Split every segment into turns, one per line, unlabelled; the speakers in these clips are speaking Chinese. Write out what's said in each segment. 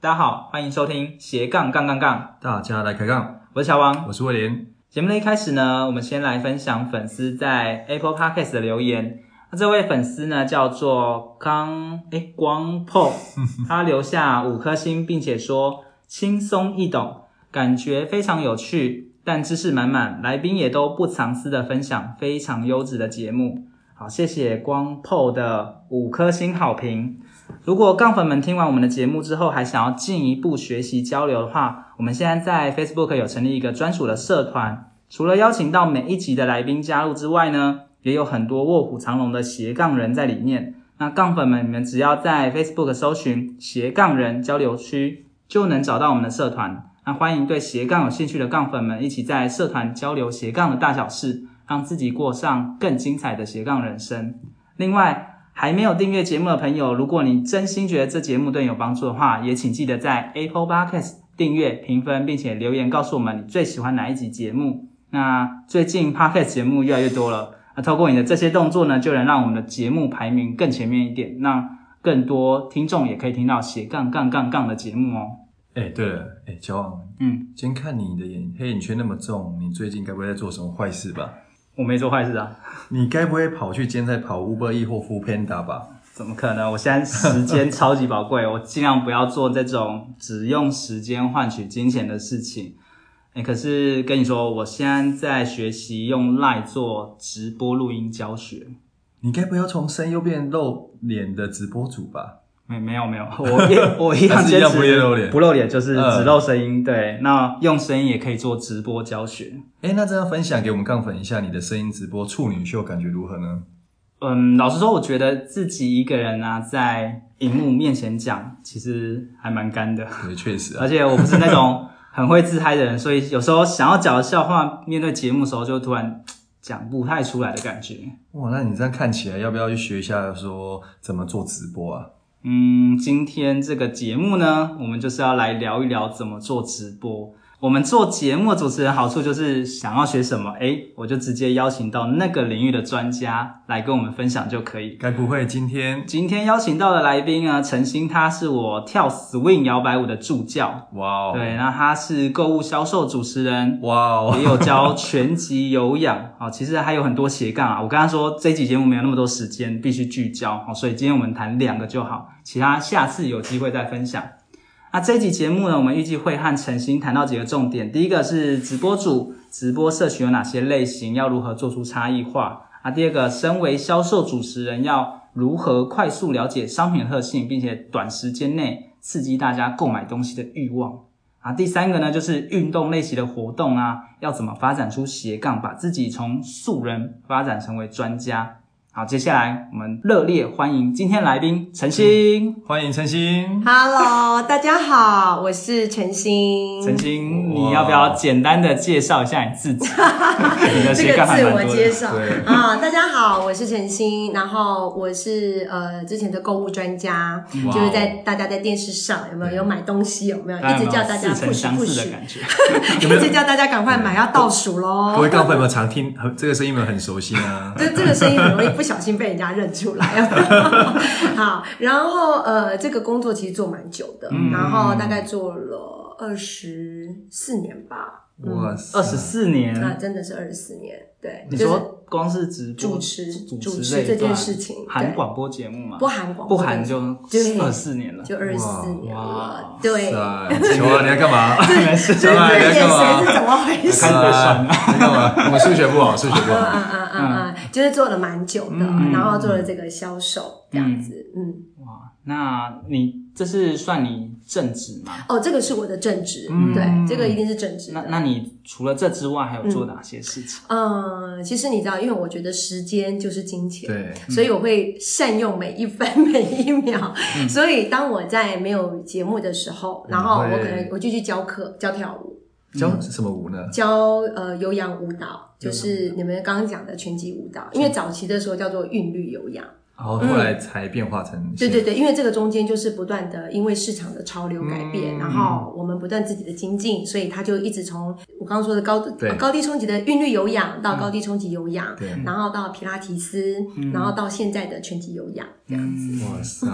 大家好，欢迎收听斜杠杠杠杠，
大家来开杠，
我是小王。
我是威廉。
节目的一开始呢，我们先来分享粉丝在 Apple Podcast 的留言。那这位粉丝呢叫做康哎光 po，他留下五颗星，并且说轻松易懂，感觉非常有趣，但知识满满，来宾也都不藏私的分享非常优质的节目。好，谢谢光 po 的五颗星好评。如果杠粉们听完我们的节目之后，还想要进一步学习交流的话，我们现在在 Facebook 有成立一个专属的社团，除了邀请到每一集的来宾加入之外呢，也有很多卧虎藏龙的斜杠人在里面。那杠粉们，你们只要在 Facebook 搜寻“斜杠人交流区”，就能找到我们的社团。那欢迎对斜杠有兴趣的杠粉们一起在社团交流斜杠的大小事，让自己过上更精彩的斜杠人生。另外，还没有订阅节目的朋友，如果你真心觉得这节目对你有帮助的话，也请记得在 Apple Podcast 订阅、评分，并且留言告诉我们你最喜欢哪一集节目。那最近 Podcast 节目越来越多了，那透过你的这些动作呢，就能让我们的节目排名更前面一点，让更多听众也可以听到斜杠杠杠杠的节目哦。
哎、对了，哎、小王，
嗯，
今天看你的眼黑眼圈那么重，你最近该不会在做什么坏事吧？
我没做坏事啊，
你该不会跑去兼差跑 Uber E 或 Food Panda 吧？
怎么可能？我现在时间超级宝贵， 我尽量不要做这种只用时间换取金钱的事情。哎，可是跟你说，我现在在学习用 Line 做直播录音教学。
你该不会要从声优变露脸的直播主吧？
没没有没有， 我 一我一样
还是
坚
一样
持
不露脸
不露脸就是
嗯
只露声音。对，那用声音也可以做直播教学。
哎、那这样分享给我们杠粉一下你的声音直播处女秀感觉如何呢？
嗯，老实说，我觉得自己一个人啊，在荧幕面前讲，其实还蛮干的。
对，确实啊
而，且我不是那种很会自嗨的人，所以有时候想要讲的笑话，面对节目的时候就突然讲不太出来的感觉。
哇，那你这样看起来要不要去学一下说怎么做直播啊？
嗯，今天这个节目呢，我们就是要来聊一聊怎么做直播。我们做节目的主持人好处就是想要学什么，诶，我就直接邀请到那个领域的专家来跟我们分享就可以。
该不会今天
今天邀请到的来宾呢，陈星，他是我跳 swing 摇摆舞的助教，
哇哦，
对，那他是购物销售主持人，
哇哦，
也有教拳击、有氧，好，其实还有很多斜杠啊。我刚刚说这期节目没有那么多时间，必须聚焦，好，所以今天我们谈两个就好，其他下次有机会再分享。那这期节目呢，我们预计会和陈星谈到几个重点，第一个是直播主、直播社群有哪些类型，要如何做出差异化啊？第二个，身为销售主持人要如何快速了解商品的特性，并且短时间内刺激大家购买东西的欲望。啊，第三个呢，就是运动类型的活动啊，要怎么发展出斜杠，把自己从素人发展成为专家。好，接下来我们热烈欢迎今天来宾陈星。
欢迎陈星。
Hello，大家好，我是陈星。
陈星，
哇
你要不要简单的介绍一下你自 己？你的斜
这个
杠还
自
蛮
我
多
介
的。
绍
对
啊，大家好，我是陈星，然后我是呃之前的购物专家，
哇哦
就是在大家在电视上有没有有买东西有没有
大家有没
一直
有
叫大家
似曾
push
相似的
push，
感觉。
一直叫大家赶快买，要倒数
各位
喽。
杠粉有没有常听这个声音？有没有很熟悉呢？
这这个声音很容易不小心被人家认出来。 好，然后呃，这个工作其实做蛮久的，
嗯
然后大概做了二十四年吧。
哇塞，
二十四
那
年，
真的是二十四年，对，
嗯你
就是
说光是直播
主持
主
主
持
持
一
这
段
件事情
含
对
广播节目嘛？
不含广
不
播
含就
对
二四年了。
就二十四年
哇
了，对，
塞，小王你在干嘛？
没事，
这
小王你
眼
在干嘛
神是？怎么回事
开？始被酸了。
你在干嘛？我们数学不好，数学不
嗯
好。
嗯嗯嗯嗯，就是做了蛮久的，然后做了这个销售这样子，嗯，
哇，那你这是算你正职吗？
哦，这个是我的正职，
嗯
对，这个一定是正职
那
的。
那你除了这之外，还有做哪些事情？
嗯，其实你知道，因为我觉得时间就是金钱，
对，
所以我会善用每一分每一秒。所以当我在没有节目的时候，然后我可能我就去教课，教跳舞，
教什么舞呢？
教呃有氧舞蹈，就是你们刚刚讲的拳击舞蹈。因为早期的时候叫做韵律有氧，
然后后来才变化成
对对对，因为这个中间就是不断的，因为市场的潮流改变，
嗯
然后我们不断自己的精进，所以它就一直从我刚刚说的高
对嗯
高低冲击的韵律有氧到高低冲击有氧，
对嗯
然后到皮拉提斯，然后到现在的拳击有氧这样子。
哇塞，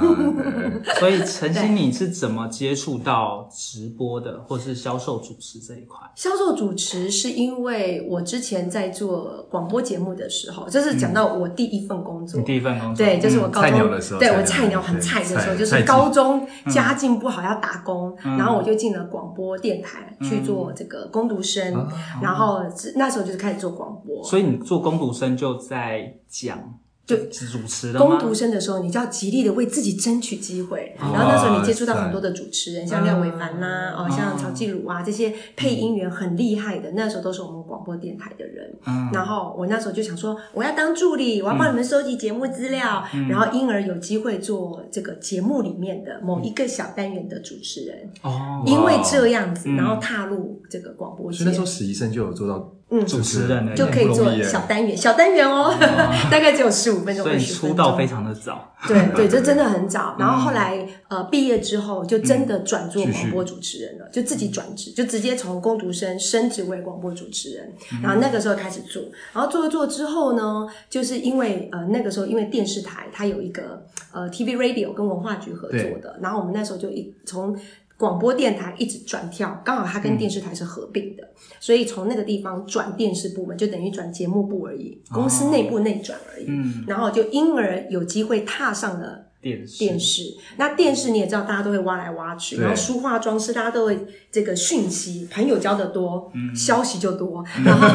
所以陈曦，你是怎么接触到直播的，或是销售主持这一块？
销售主持是因为我之前在做广播节目的时候，就是讲到我第一份工作，
你第一份工作？嗯
对，就是我高
嗯
中、
菜鸟的时候
对
菜
我
鸟
菜鸟很
对
菜的时
菜
候，就
菜
是
鸡嗯
高中家境不好要打工，
嗯
然后我就进了广播电台去做这个工读生，
嗯啊
然后是那时候就是开始做广播。
所以你做工读生就在讲，
就
主持的
攻
吗？
读生的时候，你就要极力的为自己争取机会。
哇
然后那时候你接触到很多的主持人，像廖
嗯
伟凡啦、哦，
嗯
像曹继鲁啊，这些配音员很厉害的，那时候都是我们广播电台的人。
嗯
然后我那时候就想说，我要当助理，我要帮你们收集节目资料，
嗯
然后因而有机会做这个节目里面的某一个小单元的主持人。
哦，
因为这样子，
嗯
然后踏入这个广播
所以
界
那，时候实习生就有做到
嗯，
主持人而已
就可以
不
做
容易耶
小单元，小单元哦， 大概只有十五分钟，
所以
二
你
十分
出
钟。
道非常的早，
对对，这真的很早。然后后来呃毕业之后，就真的转做
嗯继续
广播主持人了，就自己转职，就直接从工读生升职为广播主持人。
嗯
然后那个时候开始做，然后做着做之后呢，就是因为呃那个时候因为电视台它有一个呃 TV Radio 跟文化局合作的，然后我们那时候就一从。广播电台一直转跳，刚好它跟电视台是合并的，
嗯
所以从那个地方转电视部门，就等于转节目部而已，公
哦
司内部内转而已。
嗯，
然后就因而有机会踏上了
电视
电视。那电视你也知道，大家都会挖来挖去，
对
然后书画装饰大家都会这个讯息，朋友交的多，
嗯
消息就多，然后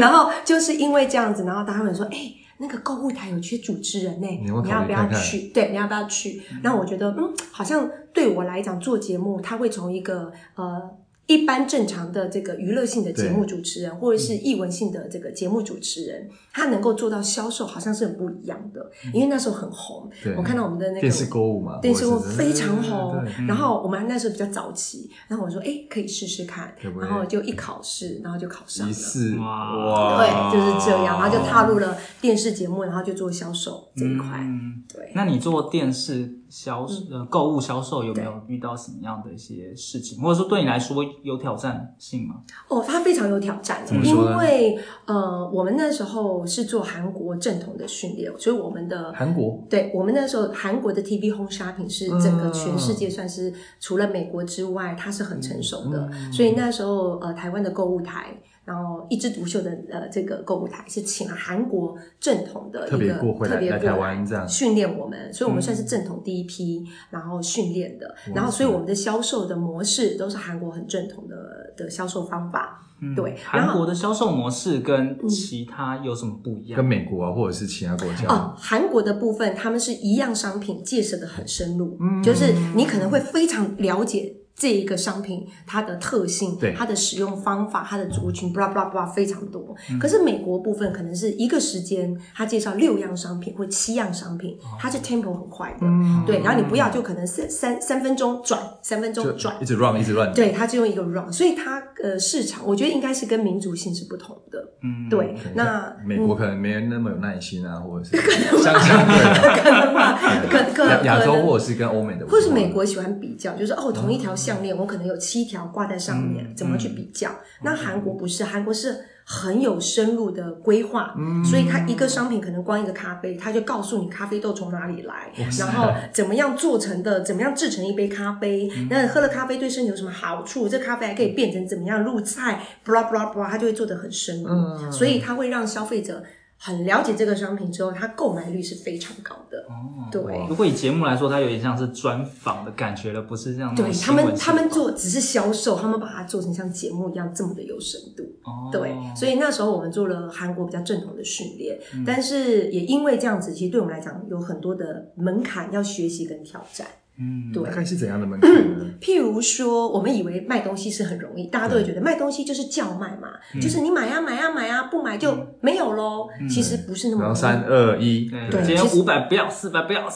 然后 就是因为这样子，然后大家会说，哎、那个购物台有缺主持人呢、
你要不要考
要不
虑
要
看看
去？对，你要不要去？那我觉得，嗯，好像对我来讲做节目，它会从一个呃一般正常的这个娱乐性的节目主持人，或者是艺文性的这个节目主持人，他能够做到销售，好像是很不一样的。因为那时候很红
对，
我看到我们的那个
电视购物嘛，
电视
或
我
者是
非常红
对，
然后我们那时候比较早期，然后我说，哎，可以试试看
可不，可以
然后就一考试，然后就考上
疑
了。
似
哇
哇，
对，就是这样，然
哦
后就踏入了电视节目，然后就做销售这一块。
嗯
对，
那你做电视销
嗯
呃购物销售有没有遇到什么样的一些事情，或者说对你来说有挑战性吗？
哦，它非常有挑战
怎，么说呢
因为呃，我们那时候是做韩国正统的训练，所以我们的
韩国
对我们那时候韩国的 TV Home Shopping 是整个全世
嗯
界算是除了美国之外，它是很成熟的。
嗯
所以那时候呃，台湾的购物台，然后一枝独秀的呃这个购物台是请了韩国正统的一个
特别过会来
特别
来
过
台湾这样嗯
训练我们，所以我们算是正统第一批，然后训练的。然后所以我们的销售的模式都是韩国很正统的的销售方法。对，然
嗯韩
后嗯
国的销售模式跟其他有什么不一样
跟？美国啊，或者是其他国家，
哦，韩国的部分他们是一样商品介绍的很深入，
嗯
就是你可能会非常了解。这一个商品它的特性
对、
它的使用方法、它的族群，blah blah blah 非常多。
嗯
可是美国部分可能是一个时间，它介绍六样商品或七样商品，
哦
它是 tempo 很快的，
嗯
对。然后你不要就可能三三三分钟转，三分
就
钟转，
一直 run 一直 run，
对，它就用一个 run，所以它呃市场我觉得应该是跟民族性是不同的，
嗯，
对。那
美国可能没人那么有耐心啊，或者是相相对
可能吧，可可
的亚亚
可能
洲或者是跟欧美的文化，嗯
或是美国喜欢比较，就是哦，同一条项链，我可能有七条挂在上面，怎么去比较？
嗯
那韩国不是，韩国是很有深入的规划，
嗯
所以它一个商品可能光一个咖啡，它就告诉你咖啡豆从哪里来，然后怎么样做成的，怎么样制成一杯咖啡，
嗯
那喝了咖啡对身体有什么好处？这咖啡还可以变成怎么样入菜，blah blah blah，它就会做得很深入，
嗯
所以它会让消费者。很了解这个商品之后，它购买率是非常高的。哦，对，
如果以节目来说，它有点像是专访的感觉了，不是像那种
对他
新
们，
闻
他们
采访
做只是销售，他们把它做成像节目一样这么的有深度。
哦
对，所以那时候我们做了韩国比较正统的训练，
嗯
但是也因为这样子，其实对我们来讲有很多的门槛要学习跟挑战。
嗯
对嗯
大概是怎样的门槛呢？
譬如说，我们以为卖东西是很容易，大家都会觉得卖东西就是叫卖嘛，
嗯
就是你买呀、买呀、买呀、不买就没有喽。其实不是那么
然后
容易。
三二一，
对，
对
今天
其实
五百不要，四百不要，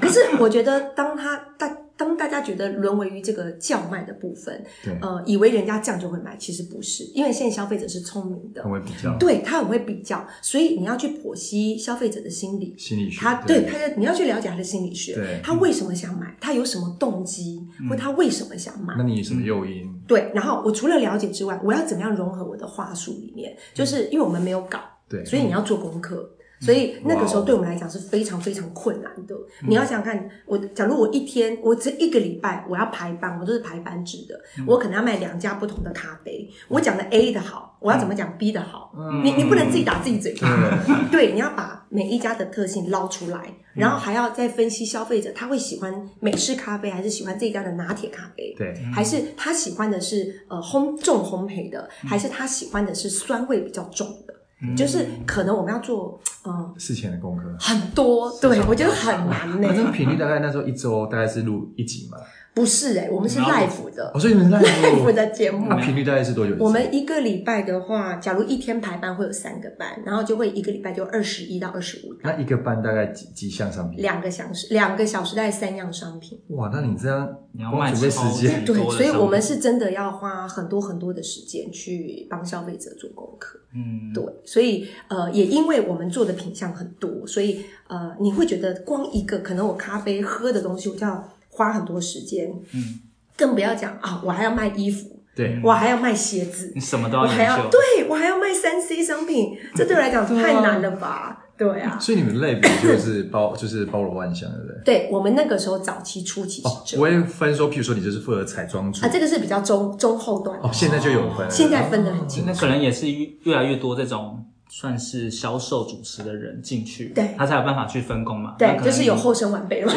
可是我觉得当他当当当大家觉得沦为于这个叫卖的部分，
对，
呃，以为人家这样就会买，其实不是，因为现在消费者是聪明的
很，会比较
对他很会比较，所以你要去剖析消费者的心理。
心理学，
他对他的，你要去了解他的心理学
对，嗯
他为什么想买，他有什么动机，或他为什么想买
那。你有什么诱因？
对，然后我除了了解之外，我要怎么样融合我的话术里面？就是因为我们没有稿，
对，
所以你要做功课。所以那个时候对我们来讲是非常非常困难的。你要想想看，我假如我一天，我这一个礼拜我要排班，我都是排班制的，我可能要卖两家不同的咖啡。我讲的 A 的好，我要怎么讲 B 的好？你你不能自己打自己嘴巴。对，你要把每一家的特性捞出来，然后还要再分析消费者他会喜欢美式咖啡还是喜欢这一家的拿铁咖啡。
对，
嗯
还是他喜欢的是呃烘重烘焙的，
嗯
还是他喜欢的是酸味比较重的？就是可能我们要做嗯
事前的功课。
很多，对我觉得很难呢、
那这 个频率大概那时候一周大概是录一集嘛？
不是哎、我们是
嗯然后嗯
live 的
哦，所以你们在
live
录，
的节目
那。频率大概是多久一次？
我们一个礼拜的话，假如一天排班会有三个班，然后就会一个礼拜就二十一到二十五
那
单，
一个班大概几几项商品？
两个小时，两个小时大概三样商品。
哇，那你这样
你要
光
卖
准备时间
超级嗯
对
多，的
所以
商
我们
品
是真的要花很多很多的时间去帮消费者做功课。
嗯，
对，所以呃，也因为我们做的品相很多，所以呃，你会觉得光一个可能我咖啡喝的东西，我就要花很多时间，
嗯，
更不要讲啊，我还要卖衣服，
对，
我还要卖鞋子
你，什么都
我
要
还
研
要
究，
对我还要卖三 C 商品，这对我来讲太难了吧？对啊，
所以你们类别 就是包就是包罗万象，对不对？
对我们那个时候早期初期是
哦，
这
不
样、
会分说，譬如说你就是负责彩妆组
啊，，这个是比较中中后段，
哦，现在就有分，
现在分得很清
那可能也是越越来越多这种算是销售主持的人进去，
对
他才有办法去分工嘛。那
对
可，能
就是有
你
后生 晚辈嘛，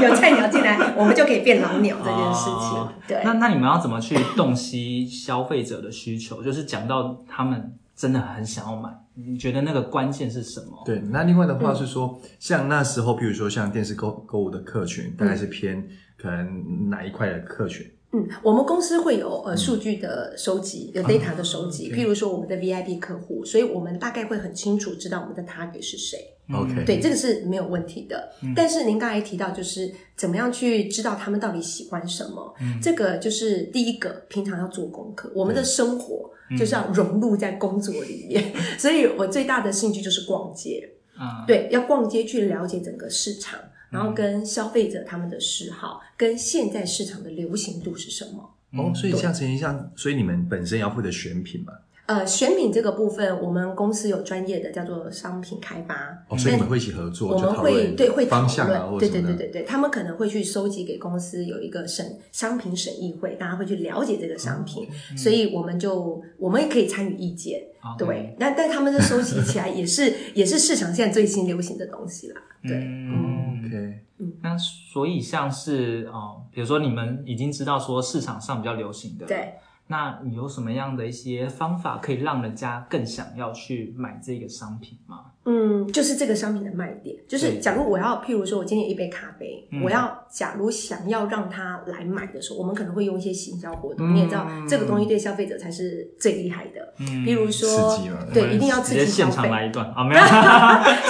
有菜鸟进来，我们就可以变老鸟这件事情。
哦
对，
那那你们要怎么去洞悉消费者的需求？就是讲到他们真的很想要买，你觉得那个关键是什么？嗯
对，那另外的话是说，像那时候，譬如说像电视购购物的客群，大概是偏可能哪一块的客群？
嗯，我们公司会有
嗯
呃数据的收集，
啊
有 data 的收集，
OK
譬如说我们的 VIP 客户，所以我们大概会很清楚知道我们的 target 是谁。
嗯
OK
对，这个是没有问题的。但是您刚才提到，就是怎么样去知道他们到底喜欢什么，
嗯
这个就是第一个，平常要做功课。我们的生活
嗯
就是要融入在工作里面， 所以我最大的兴趣就是逛街。
啊，嗯
对，要逛街去了解整个市场，然后跟消费者他们的嗜好，跟现在市场的流行度是什么。
哦，
嗯
所以像陈一像，所以你们本身也要负责选品嘛？
呃，选品这个部分，我们公司有专业的叫做商品开发，
哦，所以你们会一起合作，
我
就
们
讨
会
论
对会讨
方向啊，
论，
或
对
者什
对
么
对
的。
对对，他们可能会去收集给公司有一个审商品审议会，大家会去了解这个商
哦
品，
嗯
所以我们就我们也可以参与意见，
OK
哦
对，那但他们这收集起来也是也是市场现在最新流行的东西啦，对。
嗯
哦 OK，
那所以像是哦，比如说你们已经知道说市场上比较流行的，
对，
那你有什么样的一些方法可以让人家更想要去买这个商品吗？
嗯，就是这个商品的卖点，就是
对
假如我要，譬如说，我今天有一杯咖啡，
嗯
我要假如想要让他来买的时候，我们可能会用一些行销活动。
嗯
你也知道，这个东西对消费者才是最厉害的。
嗯
譬如说
刺激嘛，
对，一定要
直
刺
接
激
现
消
场
费，
来一段 啊，没有，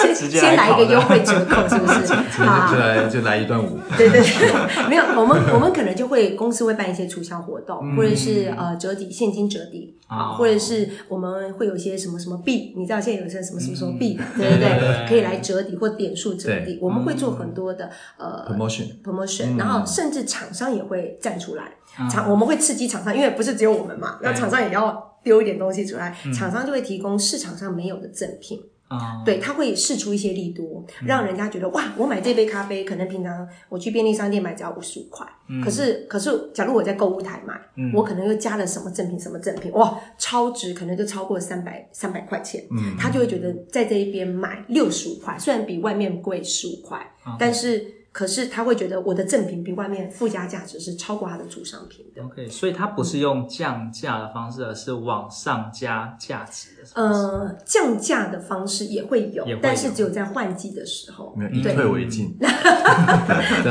先
先先来一个优惠折扣，是 不是？
就就
啊，
来就来一段舞，
对对对，没有，我们我们可能就会公司会办一些促销活动，或者是呃折抵现金折抵啊，
哦
或者是我们会有一些什么什么币，你知道现在有些什么什么什么币，对
对
对
对对
对，可以来折抵或点数折抵
对，
我们会做很多的呃
promotion。
promotion，
嗯
然后甚至厂商也会站出来，
嗯
厂我们会刺激厂商，因为不是只有我们嘛，那
对
厂商也要丢一点东西出来，厂商就会提供市场上没有的赠品，
啊，
对，他会试出一些力度，让人家觉得哇，我买这杯咖啡，可能平常我去便利商店买只要五十五块，
嗯
可是可是假如我在购物台买，我可能又加了什么赠品什么赠品，哇，超值可能就超过三百三百块钱，
嗯
他就会觉得在这一边买六十五块，虽然比外面贵十五块，
啊
但是。可是他会觉得我的赠品比外面附加价值是超过他的主商品的，
OK，所以它不是用降价的方式，而是往上加价值的方式。
呃，降价的方式也会有，
也会
但是
有
只有在换季的时候，
没有以
对
退为进，
对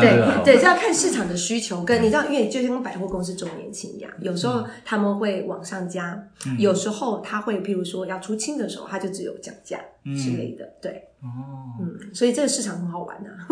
对
对，这要看市场的需求跟你知道，因为就跟百货公司周年庆一样，有时
嗯
候他们会往上加，有时候他会譬如说要出清的时候，他就只有降价。
嗯
之类的。对，
哦，
嗯，所以这个市场很好玩啊。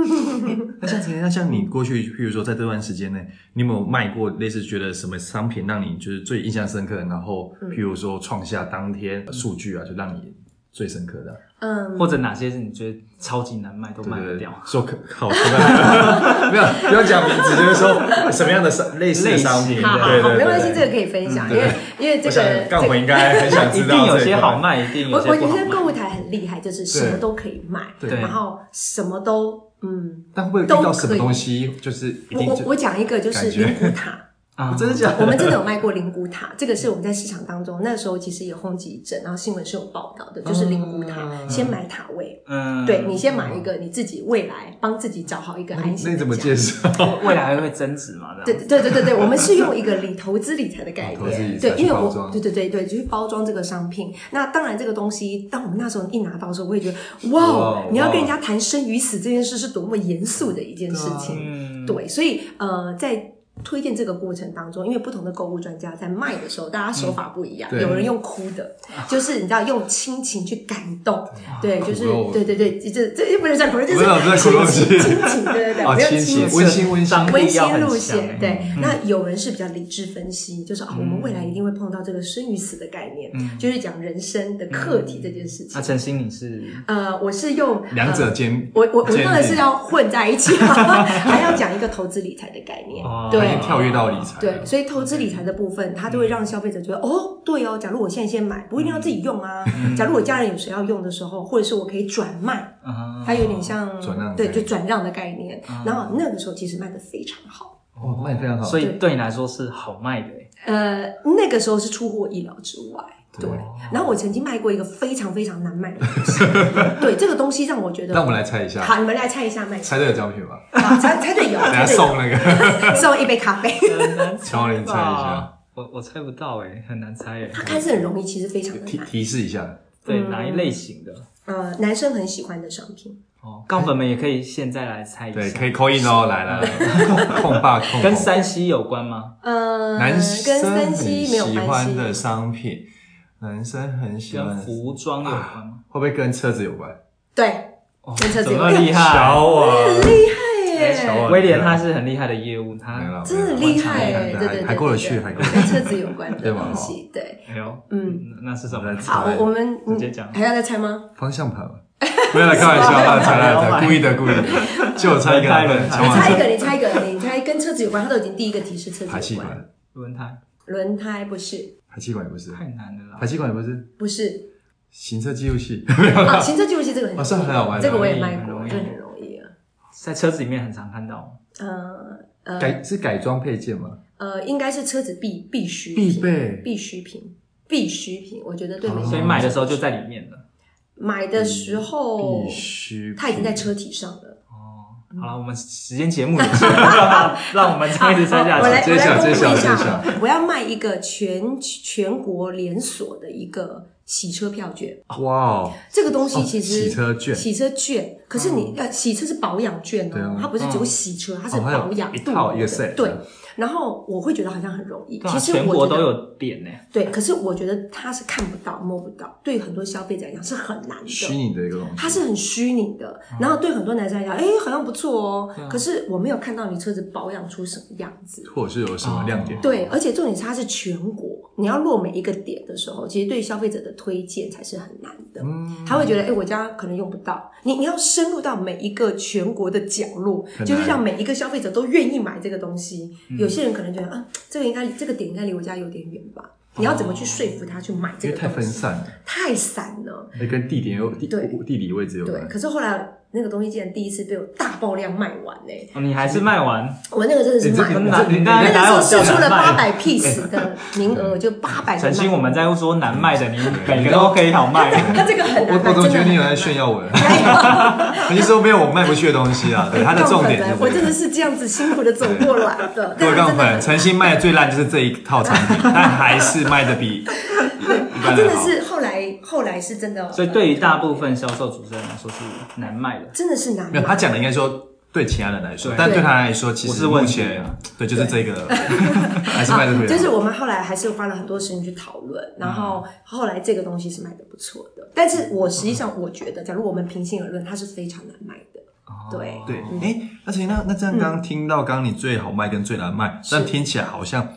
那像婷，那像你过去，譬如说在这段时间内，你有没有卖过类似觉得什么商品让你就是最印象深刻，然后
嗯
譬如说创下当天数据啊，就让你最深刻的，啊
嗯，
或者哪些是你觉得超级难卖都卖不
对
掉？
说可好，说看 没有不要讲名字，就是说什么样的商类似的商品，
类型
好好
对对
好，
对，
没关系，
对
这个可以分享，
嗯
因为
对
因为这
我想
个
杠
这个
粉应该很想
一
知道
定
这一块，
有些好卖，一定
我
有
我
些不
觉
好
得购
卖。
物台很厉害，就是什么都可以卖，
对
对
然后什么都嗯。
但会不会遇到什么东西，就是一
我
定
我
就
我讲一个就是
感觉
灵骨塔，
啊，
真的假
我
的？
们真的有卖过灵骨塔，这个是我们在市场当中那时候其实也轰击一阵，然后新闻是有报道的，就是灵骨塔，
嗯
先买塔位，
嗯，
对你先买一个，你自己未来帮自己找好一 个
那
安
你那
心
你怎么
的
介
家。
绍？
未来还会增值嘛？这
对
样
对对对对，我们是用一个理投资理财的概
哦投资理
念，
财
对，因为
去包
我
装
对对对对，就是包装这个商品。那当然，这个东西，当我们那时候一拿到的时候，我也觉得，哇
哇
哦，你要
哇
跟人家谈生与死这件事是多么严肃的一件事
啊
情。
嗯，
对，所以呃，在推荐这个过程当中，因为不同的购物专家在卖的时候，大家手法不一样，
嗯对
有人用哭的，就是你知道用亲情去感动，对，就是
啊苦肉
对对对，这这也不能讲苦肉，就
不
是
是不是苦肉
亲
计
情，亲情，对对对，
啊
我们用
亲
亲
情
情。
温馨温馨
长辈
温
要
馨
很
路
香
线，对
欸，
嗯
那有人是比较理智分析，就是哦，我们未来一定会碰到这个生与死的概念，
嗯
就是讲人生的课题这件事
那
情。
陈星你是
呃，我是用
啊两者
呃
兼
我我我
建立
当然是要混在 一起，还要讲一个投资理财的概念
哦，
已经
对。
跳跃到理财了，啊
对，所以投资理
嗯
财的部分，它就会让消费者觉得，哦，对哦，假如我现在先买，不一定要自己用啊。
嗯
假如我家人有谁要用的时候，或者是我可以转卖，
啊，
它有点像
哦转让的
对，
概
就
念嗯
转让的概念。然后那个时候其实卖的非常好，
哦，卖得非常好，
所
以
以对你来说是好卖的欸。
呃，那个时候是出乎我意料之外。对，然后我曾经卖过一个非常非常难卖的东 西，对，这个东西让我觉得，
让我们来猜一下，
好，你们来猜一下卖什
猜对了奖 品吧，
么？好猜猜 对有，
等下
猜对有。
送那个
送一杯咖啡。
很难猜
乔林猜一下
吧，我我猜不到哎、很难猜哎、
它看似很容易，其实非常的
提
难。
提示一下，
嗯
对，哪一类型的？
呃，男生很喜欢的商品，
哦，杠粉们也可以现在来猜一
对，
下，
可以扣印哦，来来来， 控霸控
跟山西有关吗？
呃，
男
跟
生
三
很
西没有
喜
关
欢
系。
的商品，男生很喜欢
跟
的，会
服装有关吗？
不会跟车子有关？
对，
哦
跟车子
怎
有
么
关
那么厉害？
小啊，
对
小啊，
威廉他是很厉害的业务，
没有
他
啦
真的厉害
没有啦
耶，
还
对对对，
还过得去，
对
还过得去
跟车子有关 的
对吧哦
东西，对，
没有，
嗯。
哎那是什么？
好，我我们
直接讲
嗯还要再猜吗？
方向盘嘛。没有啦，开玩笑啦，猜啦猜，故意的，故意的，就我 猜一个男
轮
人，
胎
乔
哇轮
你
王
胎
猜一个，你猜一个，你猜跟车子有关，它都已经第一个提示车子
排气
有关。
管，
轮胎
轮胎不是，
排气管也不是，
太难了
排
啦。
气管也不是，
不 是。
行车记录器，
啊，行车记录器这个很
哦是很好
容
玩
易，这个我也
很
卖
容
过，
易
这个很容易啊。
在车子里面很常看到，
呃呃，
改是改装配件吗？
呃，应该是车子必必需
必
品
备哦
必需品必需品，我觉得对每个人
所以买的时候就在里面了。
买的时候
必，须，
它已经在车体上了。
哦，
嗯
好了，我们时间节目也是没 办法让我们这样一直猜
啊好
下
我来
去。
接
我
下
来公布
接下
一下
接下
哈，我要卖一个全全国连锁的一个洗车票券。
哇哦，
这个东西
哦
其实
洗车券嗯
洗车券，可是你呃，洗车是保养券
对啊
哦，它不是只有
嗯
洗车，它是
哦还有
保养
一套一个
镀的
set
对，然后我会觉得好像很容易，
对啊
其实
全
我
国
觉
都
得
有点呢、
对，可是我觉得它是看不到、摸不到，对很多消费者来讲是很难的。
虚拟的一个东西，
它是很虚拟的，
嗯
然后对很多男生来讲，哎、好像不错哦、
啊
可是我没有看到你车子保养出什么样子。
或者是有什么亮点？
哦对，而且重点是它是全国，你要落每一个点的时候，其实对消费者的推荐才是很难的。
嗯
他会觉得，哎、我家可能用不到。你你要深入到每一个全国的角落，
很
就是
难嗯
让每一个消费者都愿意买这个东西。有些人可能觉得，啊，这个应该这个点应该离我家有点远吧？你要怎么去说服他去买这
哦因为
个
太
东
分
西？
散了，
太散了。
那跟地点有地
对
地理位置有
对，
关。
可是后来那个东西竟然第一次被我大爆量卖完呢、
哦你还是卖完，
我那个真的是卖
哎你这
完。
你
你
这
我
刚才
那个
打
时
我
候试出了八
卖。
百
哎
piece 的名
嗯
额，就八百。
陈星，我们在说难卖 的，你每个都可以好卖。
他这个很
我
难卖，
我总觉得你有在
人
炫耀 我， 你是说没有我卖不去的东西啊？对，它的重点是
我真
这
的
个。
是这样子辛苦的走过来 的。
各位
但是
杠
真的
粉，陈星卖的最烂就是这一套产品， 但还是卖的比一般
他真
人
的
好。
是后来后来是真的，呃
所以对于大部分销售主持人来说是难卖的。
真的是难
没有，他
买。
讲的应该说对其他人来说，
对
但对他来说，其
我
实
是问
目
啊
题
前对就是这 个还是卖的贵，
就是我们后来还是花了很多时间去讨论，然后
嗯
后来这个东西是卖的不错的。但是我实际上我觉得，假如我们平心而论，它是非常难卖的。对
对，哎，而且那那
嗯
这样刚刚听到，刚刚你最好卖跟最难卖，但听起来好像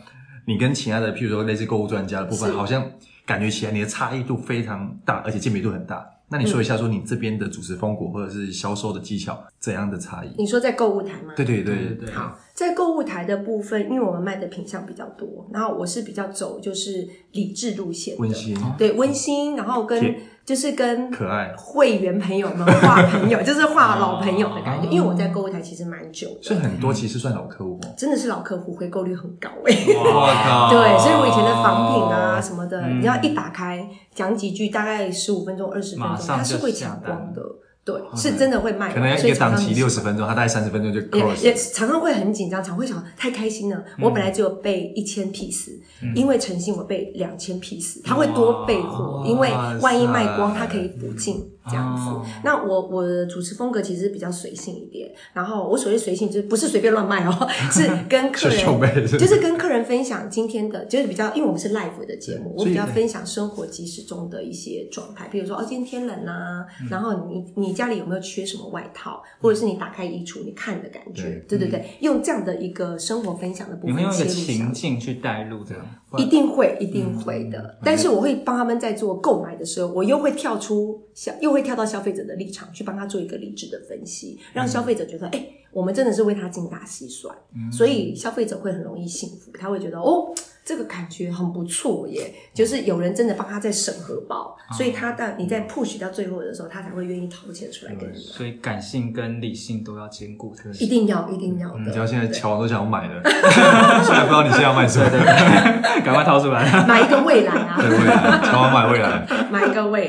你跟其他的，譬如说类似购物专家的部分，
是
好像感觉起来你的差异度非常大，而且鉴别度很大。那
嗯
你说一下，说你这边的主持风格或者是销售的技巧怎样的差异？
你说在购物台吗？
对对
对
对
对对，
好，在购物台的部分，因为我们卖的品相比较多，然后我是比较走就是理智路线的，
温馨、
对温馨，然后跟
铁
就是跟
可爱，
会员朋友们画朋 友，就是画老朋友的感觉。因为我在购物台其实蛮久
所以
的，
哦很多其实算老客户哦。
真的是老客户，回购率很高哎、
我靠
对，所以我以前的仿品啊什么的，
嗯
你要一打开讲几句，大概十五分钟、二十分
马
钟，
上
它是
就
会
下
抢
单
光的。对，是真的会卖完，
可能
所
一
以
个档
常
期
常
六十分钟，他大概三十分钟就
也也
close 了。
常常会很紧张，常会想太开心了。
嗯
我本来只有备一千 piece，、因为诚信我备两千 piece，他会多备货，
哇
因为万一卖光，
塞
他可以补进这样子。
哦
那我我的主持风格其实比较随性一点，然后我所谓随性就是不是随便乱卖 哦，是跟
是
客人
秀妹是
就是跟客人分享今天的，就是比较，因为我们是 live 的节目，
对
我
所以
比较分享生活即时中的一些状态，比如说哦，今天天冷啦、
嗯
然后你你家里有没有缺什么外套，或者是你打开衣橱你看的感觉，对对对，用这样的一个生活分享的
嗯
部
你
分
会用一
切
个
入
情
上。
境去带入这样，
一定
嗯
会，一定会的。但是我会帮他们在做购买的时候，我又会跳出消，又会跳到消费者的立场去帮他做一个理智的分析，
嗯
让消费者觉得，哎、我们真的是为他精打细算，
嗯
所以消费者会很容易信服，他会觉得，哦，这个感觉很不错耶，就是有人真的帮他在审核包，
啊
所以他到你在 push 到最后的时候，他才会愿意掏钱出来给你
嗯
买。
所以感性跟理性都要兼顾。对不对
一定要，一定要
嗯你
的。
知道现在 乔都想要买了，虽然不知道你现在要卖什么，对对
赶快掏出来。
买一个未来啊，
未来，乔要买未来。
买一个未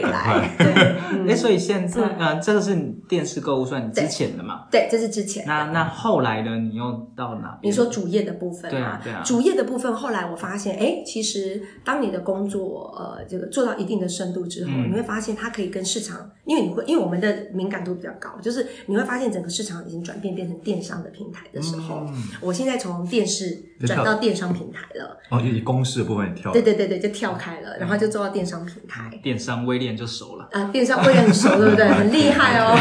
来。
嗯
对
哎、所以现在，嗯、这个是电视购物算你之前的嘛？
对，这是之前。
那那后来呢？你又到哪
你
边？
说主业的部分
对啊对啊
主业的部分，后来我发现，哎，其实当你的工作呃这个做到一定的深度之后，
嗯
你会发现它可以跟市场，因为你会因为我们的敏感度比较高，就是你会发现整个市场已经转变变成电商的平台的时候，
嗯
我现在从电视转到电商平台了，
哦，以公式的部分也跳了
对对对对，就跳开
嗯
了，然后就做到电商平台。
电商威廉就熟了。
啊，电商会 很熟，对不对？很厉害哦。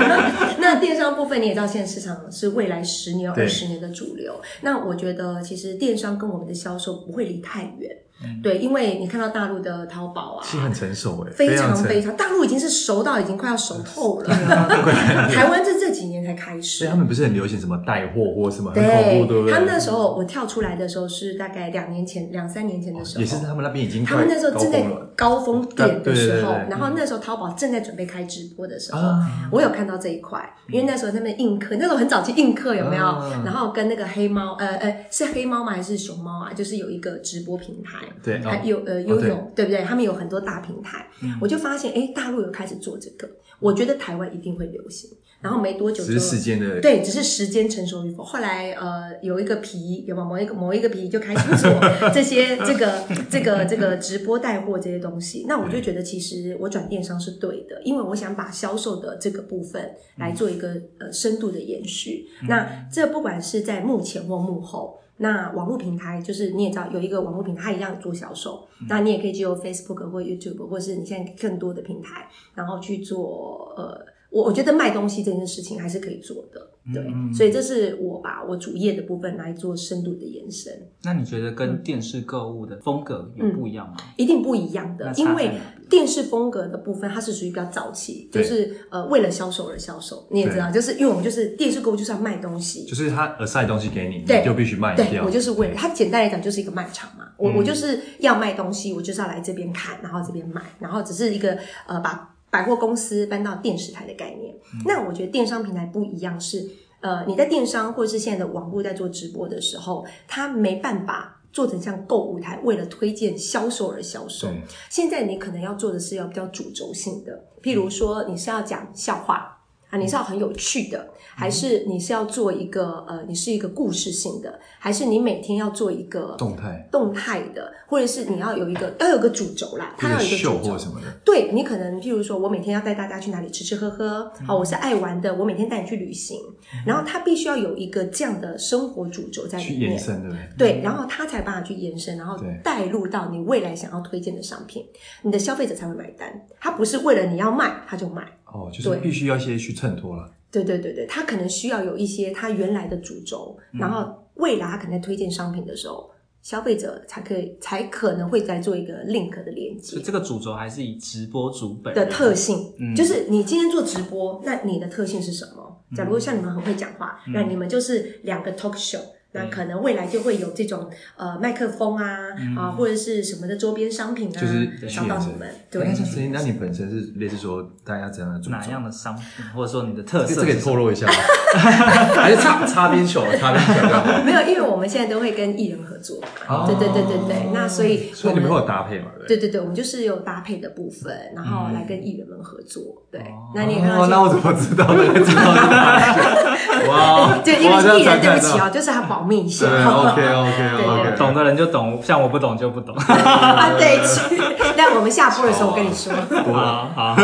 那电商部分你也知道，现在市场是未来十年、
对
二十年的主流。那我觉得，其实电商跟我们的销售不会离太远。
嗯
对，因为你看到大陆的淘宝啊
其，实很成熟哎，
非常
成
非
熟。
常，大陆已经是熟到已经快要熟透了。
啊
台湾是这几年才开
所
始
以他。们不是很流行什么带货或什么，很恐
对
怖，对不对？
他们那时候我跳出来的时候是大概两年前、两三年前的时候，
也是他们那边已经
他
快
们那时候
高
正在
峰了
高峰点的时
对
候
对对对，嗯
然后那时候淘宝正在准备开直播的时候
啊，
我有看到这一块，因为那时候他们映客，那时候很早期映客有没有
啊？
然后跟那个黑猫，呃呃，是黑猫吗？还是熊猫啊？就是有一个直播平台，
对哦
还有呃
哦
悠
对嗯
悠，对不对？他们有很多大平台，我就发现哎，大陆有开始做这个，我觉得台湾一定会流行。然后没多久就
只是时间的
对，只是时间成熟与否。后来呃，有一个皮，有没有某一个某一个皮就开始做这些这个这个这个直播带货这些东西。那我就觉得其实我转电商是对的，因为我想把销售的这个部分来做一个、呃深度的延续。那这不管是在幕前或幕后。那网络平台就是你也知道有一个网络平台，它一样做销售，那你也可以借由 Facebook 或 YouTube，或是你现在更多的平台，然后去做呃，我我觉得卖东西这件事情还是可以做的，对，
嗯
所以这是我把我主业的部分来做深度的延伸，
那你觉得
嗯
跟电视购物的风格有不一样吗？
一定不一样的
那，差在
因
哪
为电视风格的部分它是属于比较早期，就
对
是呃为了销售而销售，你也知道，就是因为我们就是电视购物就是要卖东西，
就是他 aside 东西给你，
对
你就必须卖
对
掉。嗯
我就是为了它，简单来讲就是一个卖场嘛。我、我就是要卖东西，我就是要来这边看，然后这边买，然后只是一个呃把百货公司搬到电视台的概念。
嗯
那我觉得电商平台不一样是，呃你在电商或者是现在的网络在做直播的时候，它没办法。做成像购物台，为了推荐销售而销售
对。
现在你可能要做的是要比较主轴性的，譬如说你是要讲笑话，啊，你是要很有趣的，还是你是要做一个呃，你是一个故事性的，还是你每天要做一个
动态
动态的，或者是你要有一个要有个主轴啦，它
或
要
者
有一个
秀
主
或
轴。
什么的，
对你可能，譬如说我每天要带大家去哪里吃吃喝喝，
嗯
好、我是爱玩的，我每天带你去旅行，然后它必须要有一个这样的生活主轴在
去
里
延
面。
伸，对不对？
对，然后它才把它去延伸，然后
对
带入到你未来想要推荐的商品，你的消费者才会买单。它不是为了你要卖他就买，
哦，就是
对
必须要一些去衬托了。
对对对对，它可能需要有一些它原来的主轴，然后未来它可能在推荐商品的时候，消费者才可以才可能会再做一个 link 的连接
所以。这个主轴还是以直播主本
的
人
特性，
嗯
就是你今天做直播，那你的特性是什么？假如像你们很会讲话，那你们就是两个 talk show。那可能未来就会有这种呃麦克风啊、啊或者是什么的周边商品啊，
就是
找到
去
你
延伸
们
哎那
对
像陈琳，那你本身是类似说大家怎样的主
哪
张？
样的商品，或者说你的特
这
色
这可以
是什么
透露一下吗？ 还是擦擦边球？擦边球这样。
没有，因为我们现在都会跟艺人合作嘛，
哦
对对对对对，那所以
所
我
以你
们
们会有搭配嘛？不
对对对，我们就是有搭配的部分，然后来跟艺人们合作，对，那你也看到
哦，
现在
那我怎么 知道？那个知道是哪里？哇，
对，因为
哇这样
是艺人，
才
对不
看
起
到
啊，就是他保密一下，
对，OK OK
对
OK，
懂的人就懂，像我不懂就不懂。
啊， 对，去那我们下播的时候我跟你说。
好好好，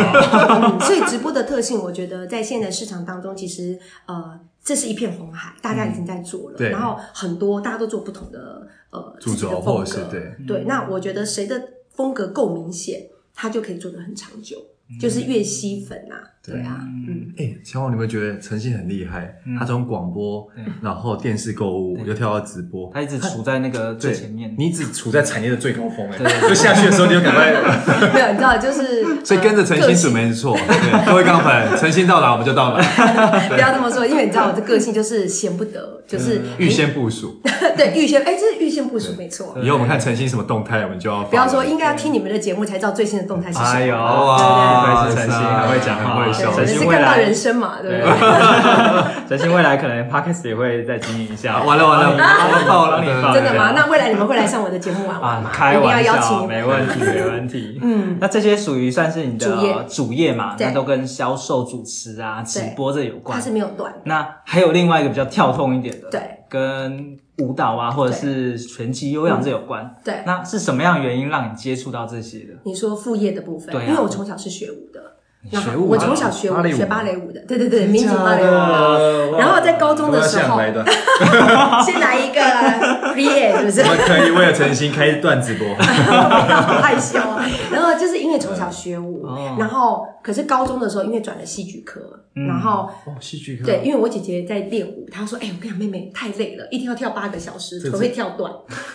嗯所以直播的特性，我觉得在现在市场当中，其实呃，这是一片红海，大家已经在做了，
对
然后很多大家都做不同的呃
主
自己的
轴
风
或
格
者是对，嗯
对，那我觉得谁的风格够明显，他就可以做得很长久，
嗯
就是越吸粉啊，对啊，嗯，
哎，小王，你们觉得陈信很厉害？他
嗯
从广播，然后电视购物，又跳到直播，
他一直处在那个最前面。
你只处在产业的最高峰，哎，就下去的时候你就 赶快，
没有，你知道就是，
所以跟着陈
呃个
信
性
准没错。对，各位杠粉，陈信到哪我们就到哪，
呃不要这么说，因为你知道我的个性就是闲不得，就是
预先部署。
对预先，哎，这是预先部署，没错。
以后我们看陈信什么动态，我们就要
不要说
一。
应该要听你们的节目才知道最新的动态是什么。
哎呦，
哇
不愧是陈星，很会讲话，
很会
对，
笑
陈
这是
星
看
未
到
来
人，生嘛，对不对？
对 陈星未来可能 podcast 也会再经营一下。
啊完了完
帮
了，
你
我爆了
啊帮你，放
真的吗？那未来你们会来上我的节目玩玩
啊
吗？，
开
我一定
玩
要邀请
笑，
哎你
没
们。
问题，没问 题。嗯，那这些属于算是你的
主业
主业嘛？
对
那都跟销售、主持啊、直播这有
它
关
是。没有断，
那还有另外一个比较跳痛一点的，
对，
跟舞蹈啊，或者是拳击、有氧这有关。
嗯对。
那是什么样的原因让你接触到这些的？
你说副业的部分
对，啊
因为我从小是学舞的，然
学
后
舞啊
我从小学
芭蕾舞
舞，
吗
学芭蕾舞的，对对对，民族芭蕾舞。啊
哇
然后在高中的时候
我要下来的，
先来一个 pre 是不是
我？们可以为了陈星开一段直播。
好害羞啊。然后就是因为从小学舞
哦，
然后可是高中的时候因为转了戏剧科，然后
哦，戏剧课
对，，因为我姐姐在练舞，她说：“哎、我跟你讲，妹妹太累了，一天要跳八个小时，
这
腿
是
会跳断。”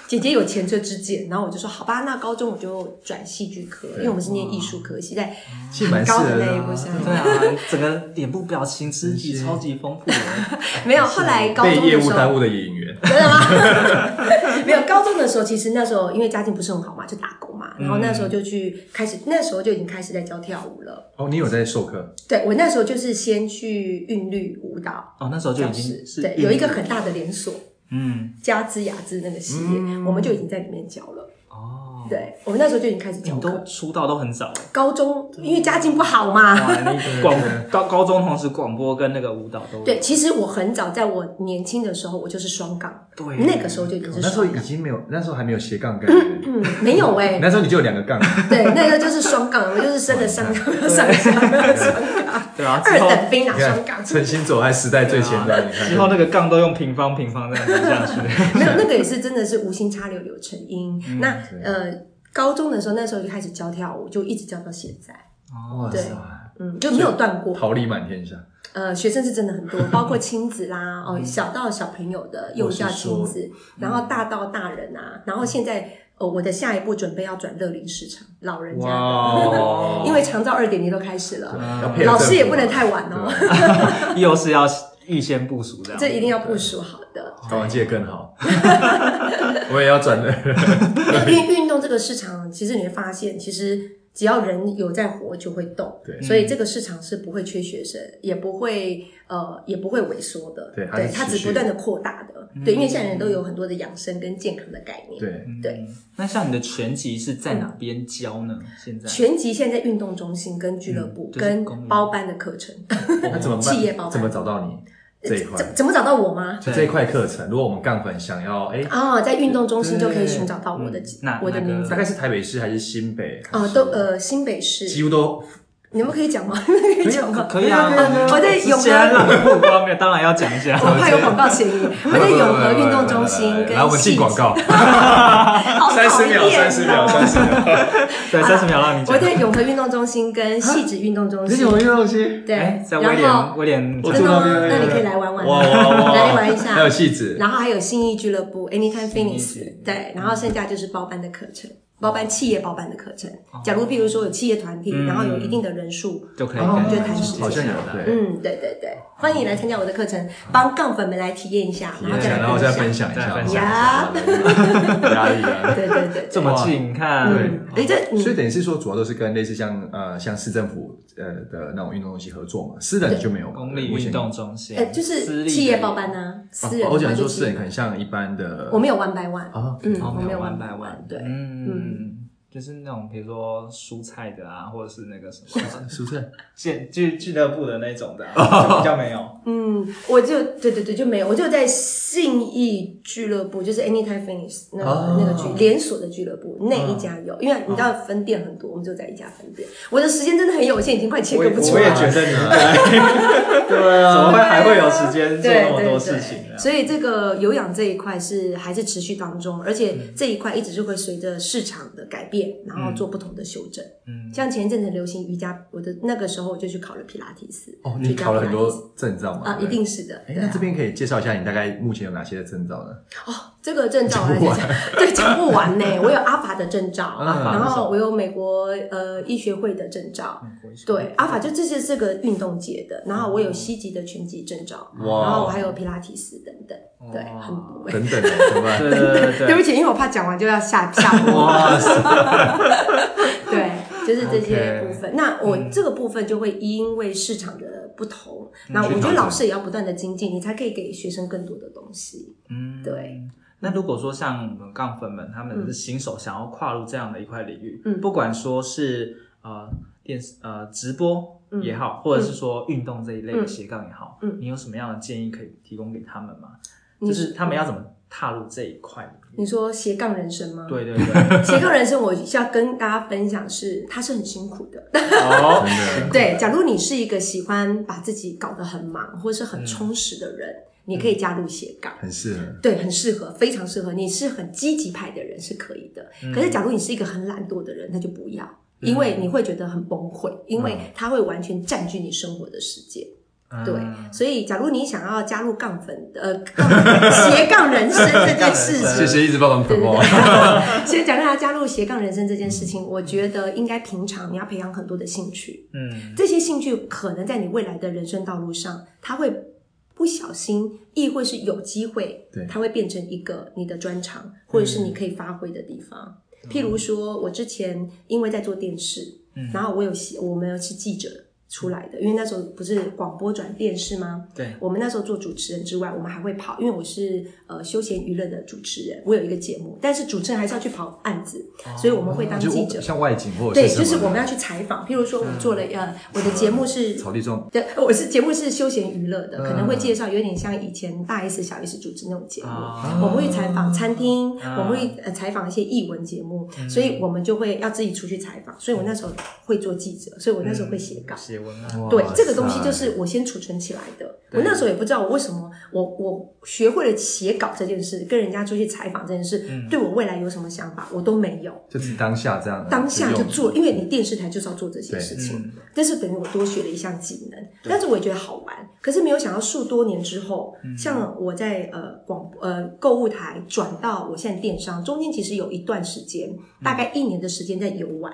姐姐有前车之鉴，然后我就说：“好吧，那高中我就转戏剧科，
对
因为我们是念艺术科，现在
其实蛮适
高哎的
合
那一
的
步
啊。
上。
对啊，整个脸部表情、肢体超级丰富的。
没有，后来高
被
中
业
的
务
时
耽
候
误的演员，
真的吗？ 没有，高中的时候其实那时候因为家境不是很好嘛，就打工嘛，然后那时候
嗯
就去开始，那时候就已经开始在教跳舞了。
哦，你有在授课？
对我那时候就是先去韵律舞蹈
哦，那时候就已
教
经
室，
是
对，有一个很大的连锁。
嗯
加之雅之那个系列，我们就已经在里面教了。
哦，
对，我们那时候就已经开始
你
教
们都
课。
出道都很早了。
高中因为家境不好嘛，
哇，你广到高中同时广播跟那个舞蹈都
对，其实我很早，在我年轻的时候，我就是双杠，
对
那个时候就已经
那
是
时候
双
已
杠，
经没有，那时候还没有斜杠概念。
嗯，没有 哎、
那时候你就有两 个杠，
对，那个就是双杠，我就是升 了上杠， 上下
对啊，
双杠，
之
二
后
等兵拿
你
双杠
看，陈星走在时代最前端，你
之后
看。
那个杠都用平方平方这样子下去。
没有那个也是真的是无心插柳柳成荫。
嗯
那
对
呃，高中的时候那时候就开始教跳舞，就一直教到现在，
哦，
哇塞，
嗯，就没有断过。
桃李满天下。
呃，学生是真的很多，包括亲子啦，哦，小到小朋友的幼教亲子，然后大到大人啊，然后现在呃，我的下一步准备要转乐龄市场，老人家
哦
的，
哇
因为长照二点零都开始了，
要配合
老师也
政府
不能太晚哦，
啊 对
又是要预先部署这样。
这一定要部署好的。
搞完界更好。 我也要转的。
因为运动这个市场，其实你会发现，其实只要人有在活就会动，
对
嗯
所以这个市场是不会缺学生，也不会呃也不会萎缩的，
对它是
对，它
持
只
续
不断的扩大的，
嗯
对，因为现在人都有很多的养生跟健康的概念，
对，
对。
那像你的拳击是在哪边教呢？现在
全集现在运动中心跟俱乐
嗯
部
就是
跟
公园
包班的课程，
那怎么
企业
办？
包办
怎么找到你这一块
怎？怎么找到我吗？
就这一块课程，如果我们杠粉想要，哎，
啊、在运动中心就可以寻找到我的
嗯那
我的
那个
名字
大概是台北市还是新北？
啊、都呃新北市，
几乎都
你们可以讲吗？ 你们可以讲吗？
可以啊，
我在永
既然让
和，
你曝光了，当然要讲一下。
我怕有广告嫌疑。我在永和运动中心跟
来，我们进广告，
告
三十秒，三十秒，三十秒。
对，三十秒让你
我
讲。
在永和运动中心跟戏子运动中
你
心
有，没有东西？
对，
哎，在
然
威廉
后
威廉
我
家
真
住那
的吗？
边，
那你可以来玩玩，
哇哇哇！
来玩一下
还有戏子，
然后还有信义俱乐部 Anytime
信义俱
Fitness，对，然后剩下就是包班的课程，包班企业包班的课程。假如譬如说有企业团体，
嗯
然后有一定的人数，
就可以
哦
跟
就
你
开始
好像有
的。
对，
嗯，对对对，欢迎来参加我的课程，帮杠粉们来体验一下，然后再
然后
来
再
分
分
享。
享一下，
再分享
呀，
压力啊。
对对对，
这么近，你看，
嗯，哎，这
所以
嗯
等于是说，主要都是跟类似像呃像市政府呃的那种运动东西合作嘛，私人就没有嘛
公立运动。中心
哎，就
私
是
立的
企业包班啊，私人
我
的
想
话就
说
是
私人可能像一般的，
我没有 one by one，
啊，
嗯，
哦，
我
没
没有
有
one
万
by
百万
one，，对，
嗯，就是那种比如说蔬菜的啊，或者是那个什么
是不是？
俱俱俱乐部的那种的啊，就比较 没有。
嗯，我就对对对，就没有，我就在信义俱乐部，就是 Anytime Fitness 那个、
哦
那个俱连锁的俱乐部那一家
哦
有，因为你知道分店很多，我们就在一家分店。我的时间真的很有限，已经快切割不啊出
我也
来
觉
了。
得你应该， 对啊，怎么会还会有时间做
对
那么
对
多
对，
事情啊呢？
所以这个有氧这一块是还是持续当中，而且这一块一直是会随着市场的改变，然后做不同的修正。
嗯，
像前一阵子流行瑜伽，我的那个时候我就去考了皮拉提斯，
哦，
去
你
教
考了
皮
很
拉提斯
多证照嘛？
啊，
对
一
不对。
定是的。
哎，
对
那
啊
这边可以介绍一下你大概目前有哪些的证照呢？
哦，这个证照我来讲，对，讲不 完呢。我有阿法的证照，
啊
嗯
然后我有美国呃医学会的证照，
嗯
对，啊阿法就这是这个运动界的，然后我有西级的拳击证照，
哦
哇
然后我还有皮拉提斯等等，对，
哇
很多 欸。
等等，哦怎么办？
哦对对对 哦
对不
对，
起，因为我怕讲完就要下下播。
哇塞，
对，就是这些
OK
部分。那我
嗯
这个部分就会因为市场的不同，
嗯
那我
去
觉
调
得
整
老师也要不断的精进，你才可以给学生更多的东西。
嗯
对。
那如果说像我们杠粉们，他们是新手，想要跨入这样的一块领域，
嗯
不管说是呃电视呃直播
嗯
也好，或者是说运动这一类的斜杠也好，
嗯
你有什么样的建议可以提供给他们吗？
你
就是他们要怎么踏入这一块领域？
你说斜杠人生吗？
对对 对，
斜杠人生，我要跟大家分享是，它是很辛苦的。
哦，
真的，
对，假如你是一个喜欢把自己搞得很忙或是很充实的人，你可以加入斜杠。
很适合。
对，很适合，非常适合。你是很积极派的人是可以的，可是假如你是一个很懒惰的人，那就不要，因为你会觉得很崩溃，因为它会完全占据你生活的时间。对，
嗯
所以假如你想要加入杠粉 呃杠斜杠人生这件事情，
谢谢一直帮我们
对对
promote。
对，所以讲到他加入斜杠人生这件事情，我觉得应该平常你要培养很多的兴趣，
嗯，
这些兴趣可能在你未来的人生道路上，它会不小心，亦或是有机会
对，
它会变成一个你的专长，或者是你可以发挥的地方。譬如说，我之前因为在做电视，然后我有写我们是记者出来的，因为那时候不是广播转电视吗？
对，
我们那时候做主持人之外，我们还会跑，因为我是呃休闲娱乐的主持人，我有一个节目，但是主持人还是要去跑案子，所以我们会当
哦就
记者
我。像外景或者
对，
什么嗯
就是我们要去采访，譬如说我们做了呃，我的节目 是
草地种
对，我是节目是休闲娱乐的，
嗯
可能会介绍有点像以前大 S、小 S 主持那种节目。
哦
啊
我们会采访餐厅，
嗯
我们会呃采访一些艺文节目，
嗯
所以我们就会要自己出去采访。所以我那时候会做记者，所以我那时候会哦写稿。
写文案，
对
哇，
这个东西
塞
就是我先储存起来的。
对
我那时候也不知道我为什么，我我学会了写稿这件事，跟人家出去采访这件事，
嗯
对我未来有什么想法，我都没有。
就是当下这样，
当下就
用
做，因为你电视台就是要做这些
对
事情
嗯，
但是等于我多学了一项技能，但是我也觉得好玩。可是没有想到数多年之后，
嗯
像我在呃广呃购物台转到我现在电商，中间其实有一段时间，大
嗯
概一年的时间在游玩，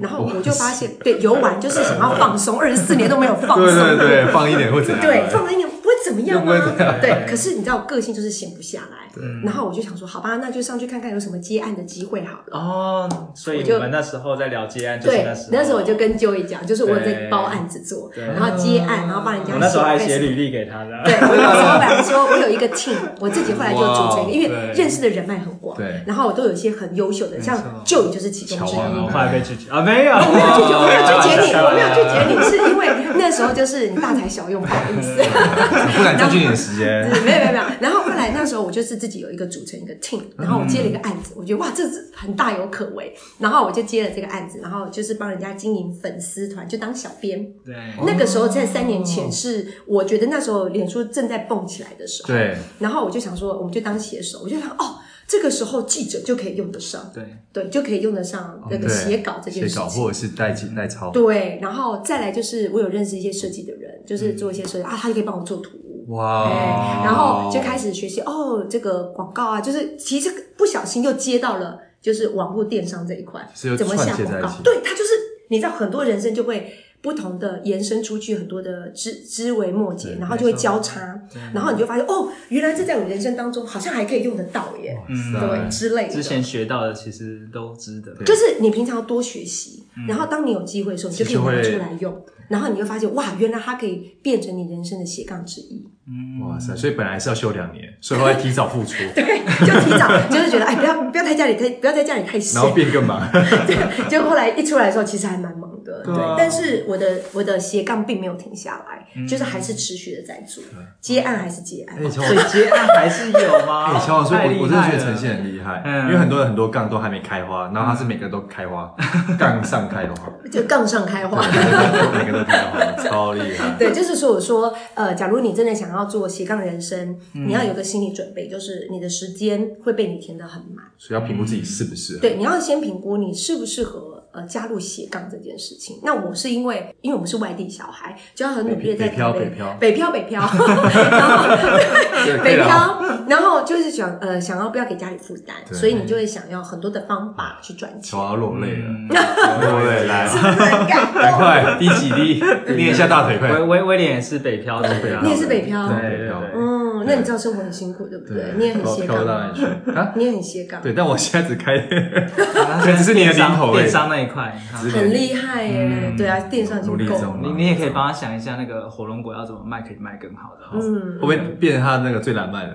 然后我就发现，对游玩就是想要放松，二十四年都没有放松，
对对对，放一点会怎样？
对，放在一年我怎么样
又不会
啊
怎样？
对，可是你知道，我个性就是闲不下来。
对
然后我就想说，好吧，那就上去看看有什么接案的机会好了。
哦，所以
我就
我们那时候在聊接案，就是
对
那时候，
那时候我就跟 Joey 讲，就是我有在
对
包案子做，
对
然后接案，然后帮人家
我那时候还
写
写履历给他的。
对，我那时候本来说我有一个 team，我自己后来就组成一个，因
哇
为
对
认识的人脉很广，
对
然后我都有一些很优秀的，
没
像
错
Joey 就是其中之
乔
我
王
一。
后来被拒绝啊，没有，我没
没有拒绝，我没有拒绝你，我没有拒绝
你。
你，是因为那时候就是你大材小 用，不好意思。
不然占据你的时间。
没有没有没有。然后后来那时候我就是自己有一个组成一个 team，然后我接了一个案子，我觉得哇，这是很大有可为。然后我就接了这个案子，然后就是帮人家经营粉丝团，就当小编。
对，
那个
哦
时候在三年前是，我觉得那时候脸书正在蹦起来的时候。
对，
然后我就想说，我们就当写手，我就想哦，这个时候记者就可以用得上，
对，
对，就可以用得上那个
哦对
写稿这件
写
事
稿
情。
或者是代记代抄。
对，然后再来就是我有认识一些设计的人，
嗯
就是做一些设计、啊，他就可以帮我做图。
哇
哎，然后就开始学习哦，这个广告啊，就是其实不小心又接到了就是网络电商这一块
是又，
怎么
串
下
接在
广
一
告
起？
对，它就是你知道很多人生就会不同的延伸出去很多的枝枝微末节，然后就会交叉，然后你就发现哦，原来这在我人生当中好像还可以用得到耶，
嗯
对之类的。
之前学到的其实都值得。
就是你平常多学习，
嗯
然后当你有机会的时候，你就可以拿出来用，然后你会发现哇，原来它可以变成你人生的斜杠之一。
哇塞！所以本来是要休两年，所以后来提早复出，
对， 就提早就是觉得哎，不要不要在家里太不要在家里太闲
然，后变更 忙。
对， 就后来一出来的时候，其实还蛮忙的，对
对啊。
但是我的我的斜杠并没有停下来，就是还是持续的在做，接案还是接案。
哎，乔
所以接案还是有 吗？
哎，乔老师，
太厉
我我真的觉
害
得
了
呈现很厉害，
嗯
因为很多人很多杠都还没开花，然后他是每个都开花，杠上开花，
就杠上开花。
每个都开花，超厉害。
对，就是说我说，呃，假如你真的想要做斜杠人生，你要有个心理准备，就是你的时间会被你填得很满。
所以要评估自己适不适合。
对，你要先评估你适不适合呃加入斜杠这件事情。那我是因为，因为我们是外地小孩，就要很努力的在
北漂
台北
北漂
北漂北漂，
对啊可
然后
以
北
了
漂，然后就是想呃想要不要给家里负担，
对
所以你就会想要很多的方法去赚钱
乔。要落泪了，
嗯
落泪来，
很感动
赶快滴几滴，捏一下大腿，快！
威威威廉也是北漂的，啊
北漂
你也是北漂，
对
对对对
嗯，那你知道生活很辛苦，对不对？你也很斜
飘到哪里
杠，
去啊？
你也很斜杠，
对，但我现在只开，
他
只是你的零头而已
电商那一块。他
只是嗯
很厉害耶。对啊，电商已
努力
经够
中
了，
你你也可以帮他想一下那个火龙果要怎么卖，可以卖更好的。
嗯
会不会变成他那个最难卖的？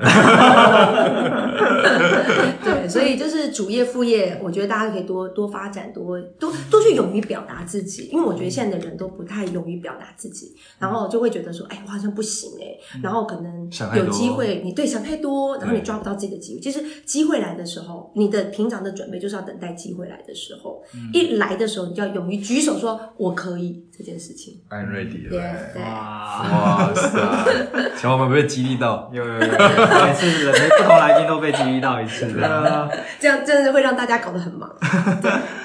对，所以就是主业副业，我觉得大家可以多多发展，多多多去勇于表达自己，因为我觉得现在的人都不太勇于表达自己，然后就会觉得说，哎，我好像不行哎、然后可能
想太多
有机会，你对想太多，然后你抓不到自己的机会，就是机会来的时候，你的平常的准备就是要等待机会来的时候，一来的时候，你就要勇于举手说我可以这件事情，
I'm ready
对
了。
对。
哇，
哇塞！乔我们被激励到，
有有有，有每次每不同来宾都被激励到一次
对
的。
啊，
这样真的会让大家搞得很忙，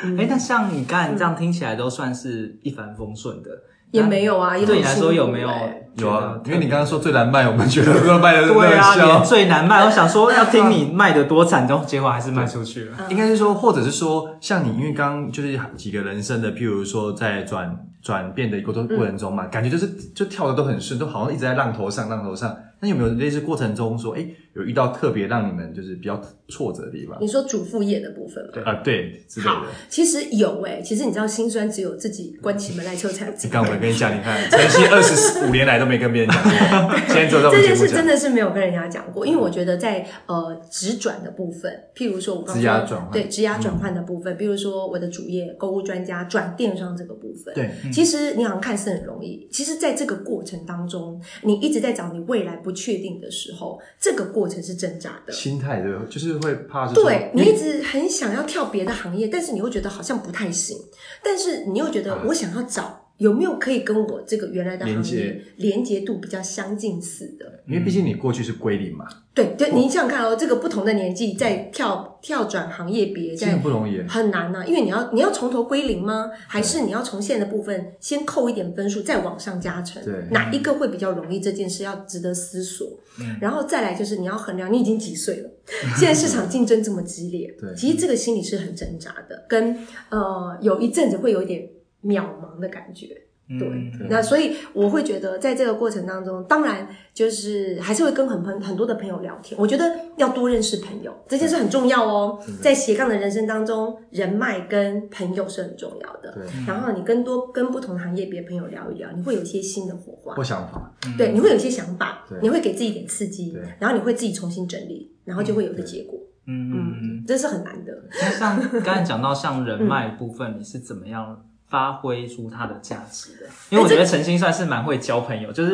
嗯
哎，那像你刚才这样听起来都算是一帆风顺的，
也没有啊，也
对
很
你来说
辛苦
有没有
哎
有啊，因为你刚刚说最难卖，我们觉得最难卖的是
对
热
啊，
销
连。最难卖，我想 说要听你卖的多惨，都结果还是卖出去了。
应该是说，或者是说，像你，因为刚刚就是几个人生的，譬如说在转转变的过程过程中嘛，感觉就是就跳的都很顺，都好像一直在浪头上，浪头上。那有没有类似过程中说，哎、有遇到特别让你们就是比较挫折的地方
你说主副业的部分吗？
对
啊？对，之类
好
的。，
其实有哎、其实你知道，辛酸只有自己关起门来抽才知
你
道
看，。我没跟你讲，你看， 晨曦二十五年来都没跟别人讲过， 现在只有在我
这
们节
件
目
事真
讲。
的是没有跟人家讲过，因为我觉得在呃职转的部分，譬如说我刚
职涯转
刚说
换嗯
对职涯转换的部分，比如说我的主业购物专家转电商这个部分，
对，嗯
其实你好像看似很容易，其实在这个过程当中，你一直在找你未来不确定的时候，这个过程是挣扎的。
心态对吧，就是会怕是说，
对你一直很想要跳别的行业，但是你又觉得好像不太行，但是你又觉得我想要找有没有可以跟我这个原来
嗯
的
连
行业
接
连接度比较相近似的。
因为毕竟你过去是归零嘛，
对，对，你想想看哦，这个不同的年纪在跳跳转行业别，
真的
在
不容易。
很难啊呐、因为你要你要从头归零吗？还是你要从现在的部分先扣一点分数，再往上加成？
对
哪一个会比较容易？这件事要值得思索。
嗯
然后再来就是你要衡量你已经几岁了， 现在市场竞争这么激烈，
对
其实这个心理是很挣扎的，跟呃有一阵子会有一点渺茫的感觉。对
嗯，
那所以我会觉得，在这个过程当中，当然就是还是会跟很朋很多的朋友聊天。我觉得要多认识朋友，这件事很重要哦。
嗯
在斜杠的人生当中，人脉跟朋友是很重要的。
对，
然后你跟多跟不同行业别的朋友聊一聊，你会有一些新的火花
或，想法，
对，你会有一些想法
嗯对，
你会给自己一点刺激
对，
然后你会自己重新整理，然后就会有一个结果。
嗯嗯嗯。
嗯，这是很难的。
那像刚才讲到像人脉部分，你是怎么样发挥出它的价值的？
哎
因为我觉得陈星算是蛮会交朋友，就是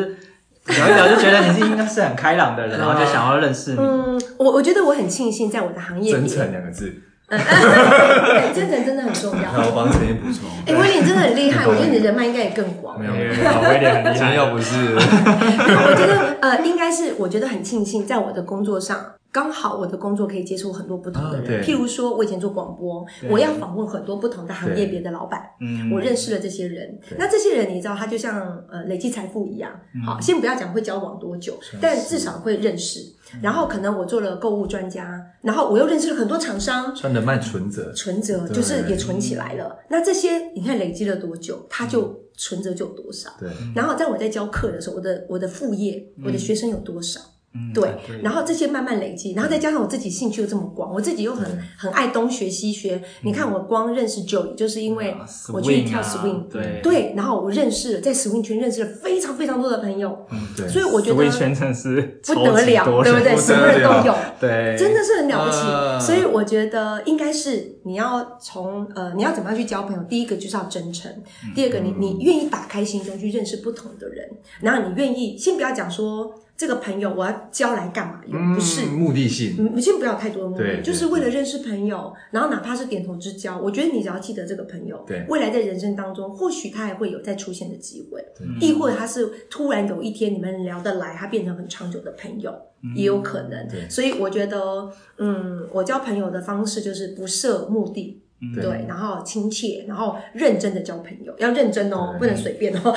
聊一聊就觉得你是应该是很开朗的人，然后就想要认识你。
嗯，我我觉得我很庆幸在我的行业
真
里，
诚两个字，
对真诚真的很重
然后
要。
帮陈燕补充。
哎，威廉真的很厉害，我觉得你的人脉应该也更广
没。有，没有，
威廉很厉
今天
害，
要不是
我觉得 呃，应该是我觉得很庆幸，在我的工作上，刚好我的工作可以接触很多不同的
啊
人。
对
譬如说，我以前做广播，
对
我要访问很多不同的行业别的老板，
嗯
我认识了这些人
对。
那这些人，你知道，他就像呃累积财富一样。好，先不要讲会交往多久，但至少会认识。然后可能我做了购物专家，然后我又认识了很多厂商，
穿人脉存折，
存折
对
就是也存起来了。那这些你看累积了多
嗯
久，它就存折就有多少。
对，
然后在我在教课的时候，我的我的副业，我的学生有多少？
嗯
对，然后这些慢慢累积，然后再加上我自己兴趣又这么广，我自己又很很爱东学西学。你看，我光认识 Joey，就是因为
啊
我去
swing
跳
啊
swing，
对
对，然后我认识了在 swing 圈认识了非常非常多的朋友，
嗯对，
所以我觉得
微圈真的是
不
超
得
级
了，
多
对不
人
对？
不
什么
得
人
了
都有。
对，
真的是很了不起。
啊
所以我觉得应该是你要从呃，你要怎么样去交朋友？第一个就是要真诚，第二个你你愿意打开心胸去认识不同的人，然后你愿意先不要讲说这个朋友我要交来干嘛用，
嗯
不是。
目的 性，
嗯，先不要太多的目
对
的，
对
就是为了认识朋友，然后哪怕是点头之交，我觉得你只要记得这个朋友，
对
未来在人生当中，或许他还会有再出现的机会，
对
亦或者他是突然有一天你们聊得来，他变成很长久的朋友，也有可能。
嗯对
所以我觉得，嗯，我交朋友的方式就是不设目的。
嗯
对，然后亲切，然后认真的交朋友，要认真哦，
对
不能随便哦。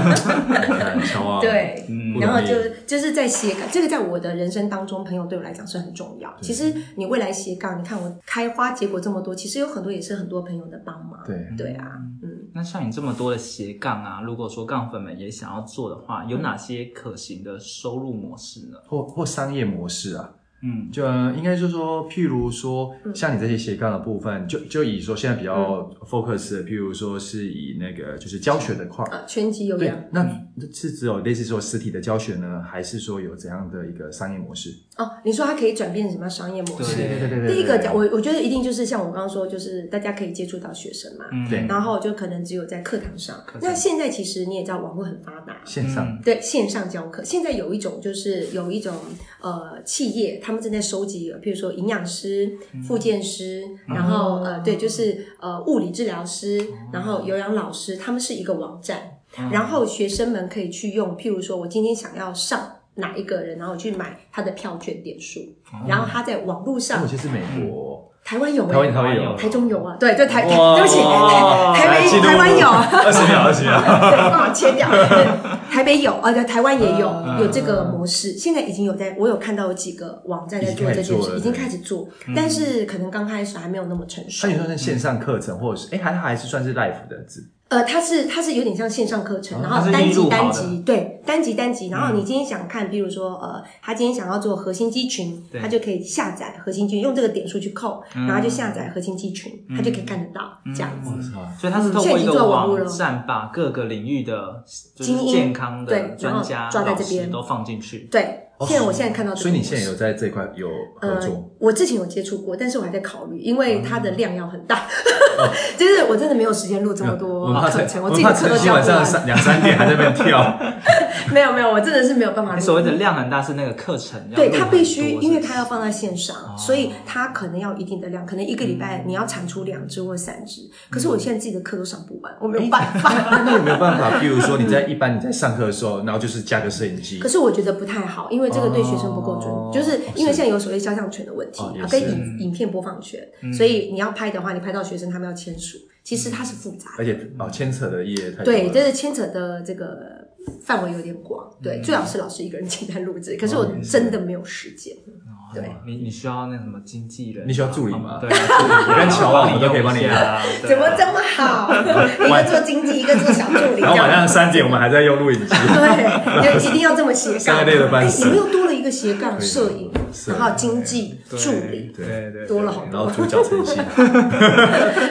你看乔啊，
对，
不容易，
然后就就是在斜杠，这个在我的人生当中，朋友对我来讲是很重要。其
嗯
实你未来斜杠，你看我开花结果这么多，其实有很多也是很多朋友的帮忙。
对
对啊，嗯，
那像你这么多的斜杠啊，如果说杠粉们也想要做的话，有哪些可行的收入模式呢？
或或商业模式啊，
嗯
就呃应该就是说，譬如说，
嗯
像你这些斜杠的部分，就就以说现在比较 focus 的，譬如说是以那个就是教学的块儿。
啊，拳击有
对
氧，
那是只有类似说实体的教学呢，还是说有怎样的一个商业模式？
哦，你说它可以转变成什么样商业模式？
对
对对
第一个讲，我我觉得一定就是像我刚刚说，就是大家可以接触到学生嘛，
嗯
对
然后就可能只有在课堂上。
课堂
那现在其实你也知道，网络很发达。
线
嗯
上，
对线上教课，现在有一种就是有一种呃企业，他们正在收集，比如说营养师、
嗯
复健师，然后呃对，就是呃物理治疗师，
嗯
然后有氧老师，他们是一个网站，然后学生们可以去用，譬如说我今天想要上哪一个人，然后我去买他的票券点数，然后他在网络
但
上
我，记得是美国，
台湾有欸
哦台湾台湾有，
台中有啊，对，对台台，
哇
对不起，台台
哦哎来记
北
录
台湾有，
二十秒，二十秒，
对，帮我切 掉。对台北有，呃，对，台湾也有
嗯
有这个模式，现在已经有在，我有看到有几个网站在做这
已经开始
件
做了嗯
事，已经开始做，但是可能刚开始还没有那么成熟
那。你说是线上课程，或者是哎，还还是算是 live 的字，
呃，它是它是有点像线上课
哦
程，然
它
后
是
单
预
集
录好
单
的
集，对，单集单集，
嗯
然后你今天想看，比如说呃，他今天想要做核心肌群，
对
他就可以下载核心肌群，用这个点数去扣，
嗯
然后就下载核心肌群，他就可以看得到这样子。
是吧？
所以它是透
嗯现
过一
在已经
个
做网络了
网站，把各个领域的就是
精英
健康
对
的
然后
专家、
抓在
老
这边
师都放进去。
对，现在我现在看到这
哦所
个模式，
以你现在有在这块有合
呃
作，，
我之前有接触过，但是我还在考虑，因为它的量要很大， 就是我真的没有时间录这
嗯
么
我
呃多哦
们怕
课
陈，
程，
我
我自
们
己
怕
的
晨
课都
曦
教
晚
不
上
完。
三两三点还在那边跳，
没有没有，我真的是没有办法
你
录。
所谓的量很大是那个课程要
对
录很多，
它必须，
是不是
因为它要放在线上，所以它可能要一定的量，可能一个礼拜你要产出两支或三支。可是我现在自己的课都上不完，我没有办法。
那有 没有办法？譬如说你在一般你在上课的时候，然后就是加个摄影机
可，是我觉得不太好，因为这个对学生不够
哦
尊，就是因为现在有所谓肖像权的问题啊
哦也，
跟
是
影影片播放权，所以你要拍的话，你拍到学生他们要签署，其实它是复杂的。
而且哦牵扯的也太多
对，
了
就是牵扯的这个
嗯哦
范围有点广，对，最好是老师一个人简单录制，可是我真的没有时间。
哦
对，
你你需要那什么经纪人啊，
你需要助理吗
对啊，助理
我跟乔
帮
旺我都可以帮你
用一 下。对
怎么这么好？一个做经济，一个做小助
然
理，这
后晚上
样。
三点我们还在用录 影机，
对，要一定要这么斜
三
杠。
个累得半
哎，
死嗯
你们又多了一个斜杠，摄影，
摄影
然后经济助理，
对对对，
多了好
然后主角陈曦，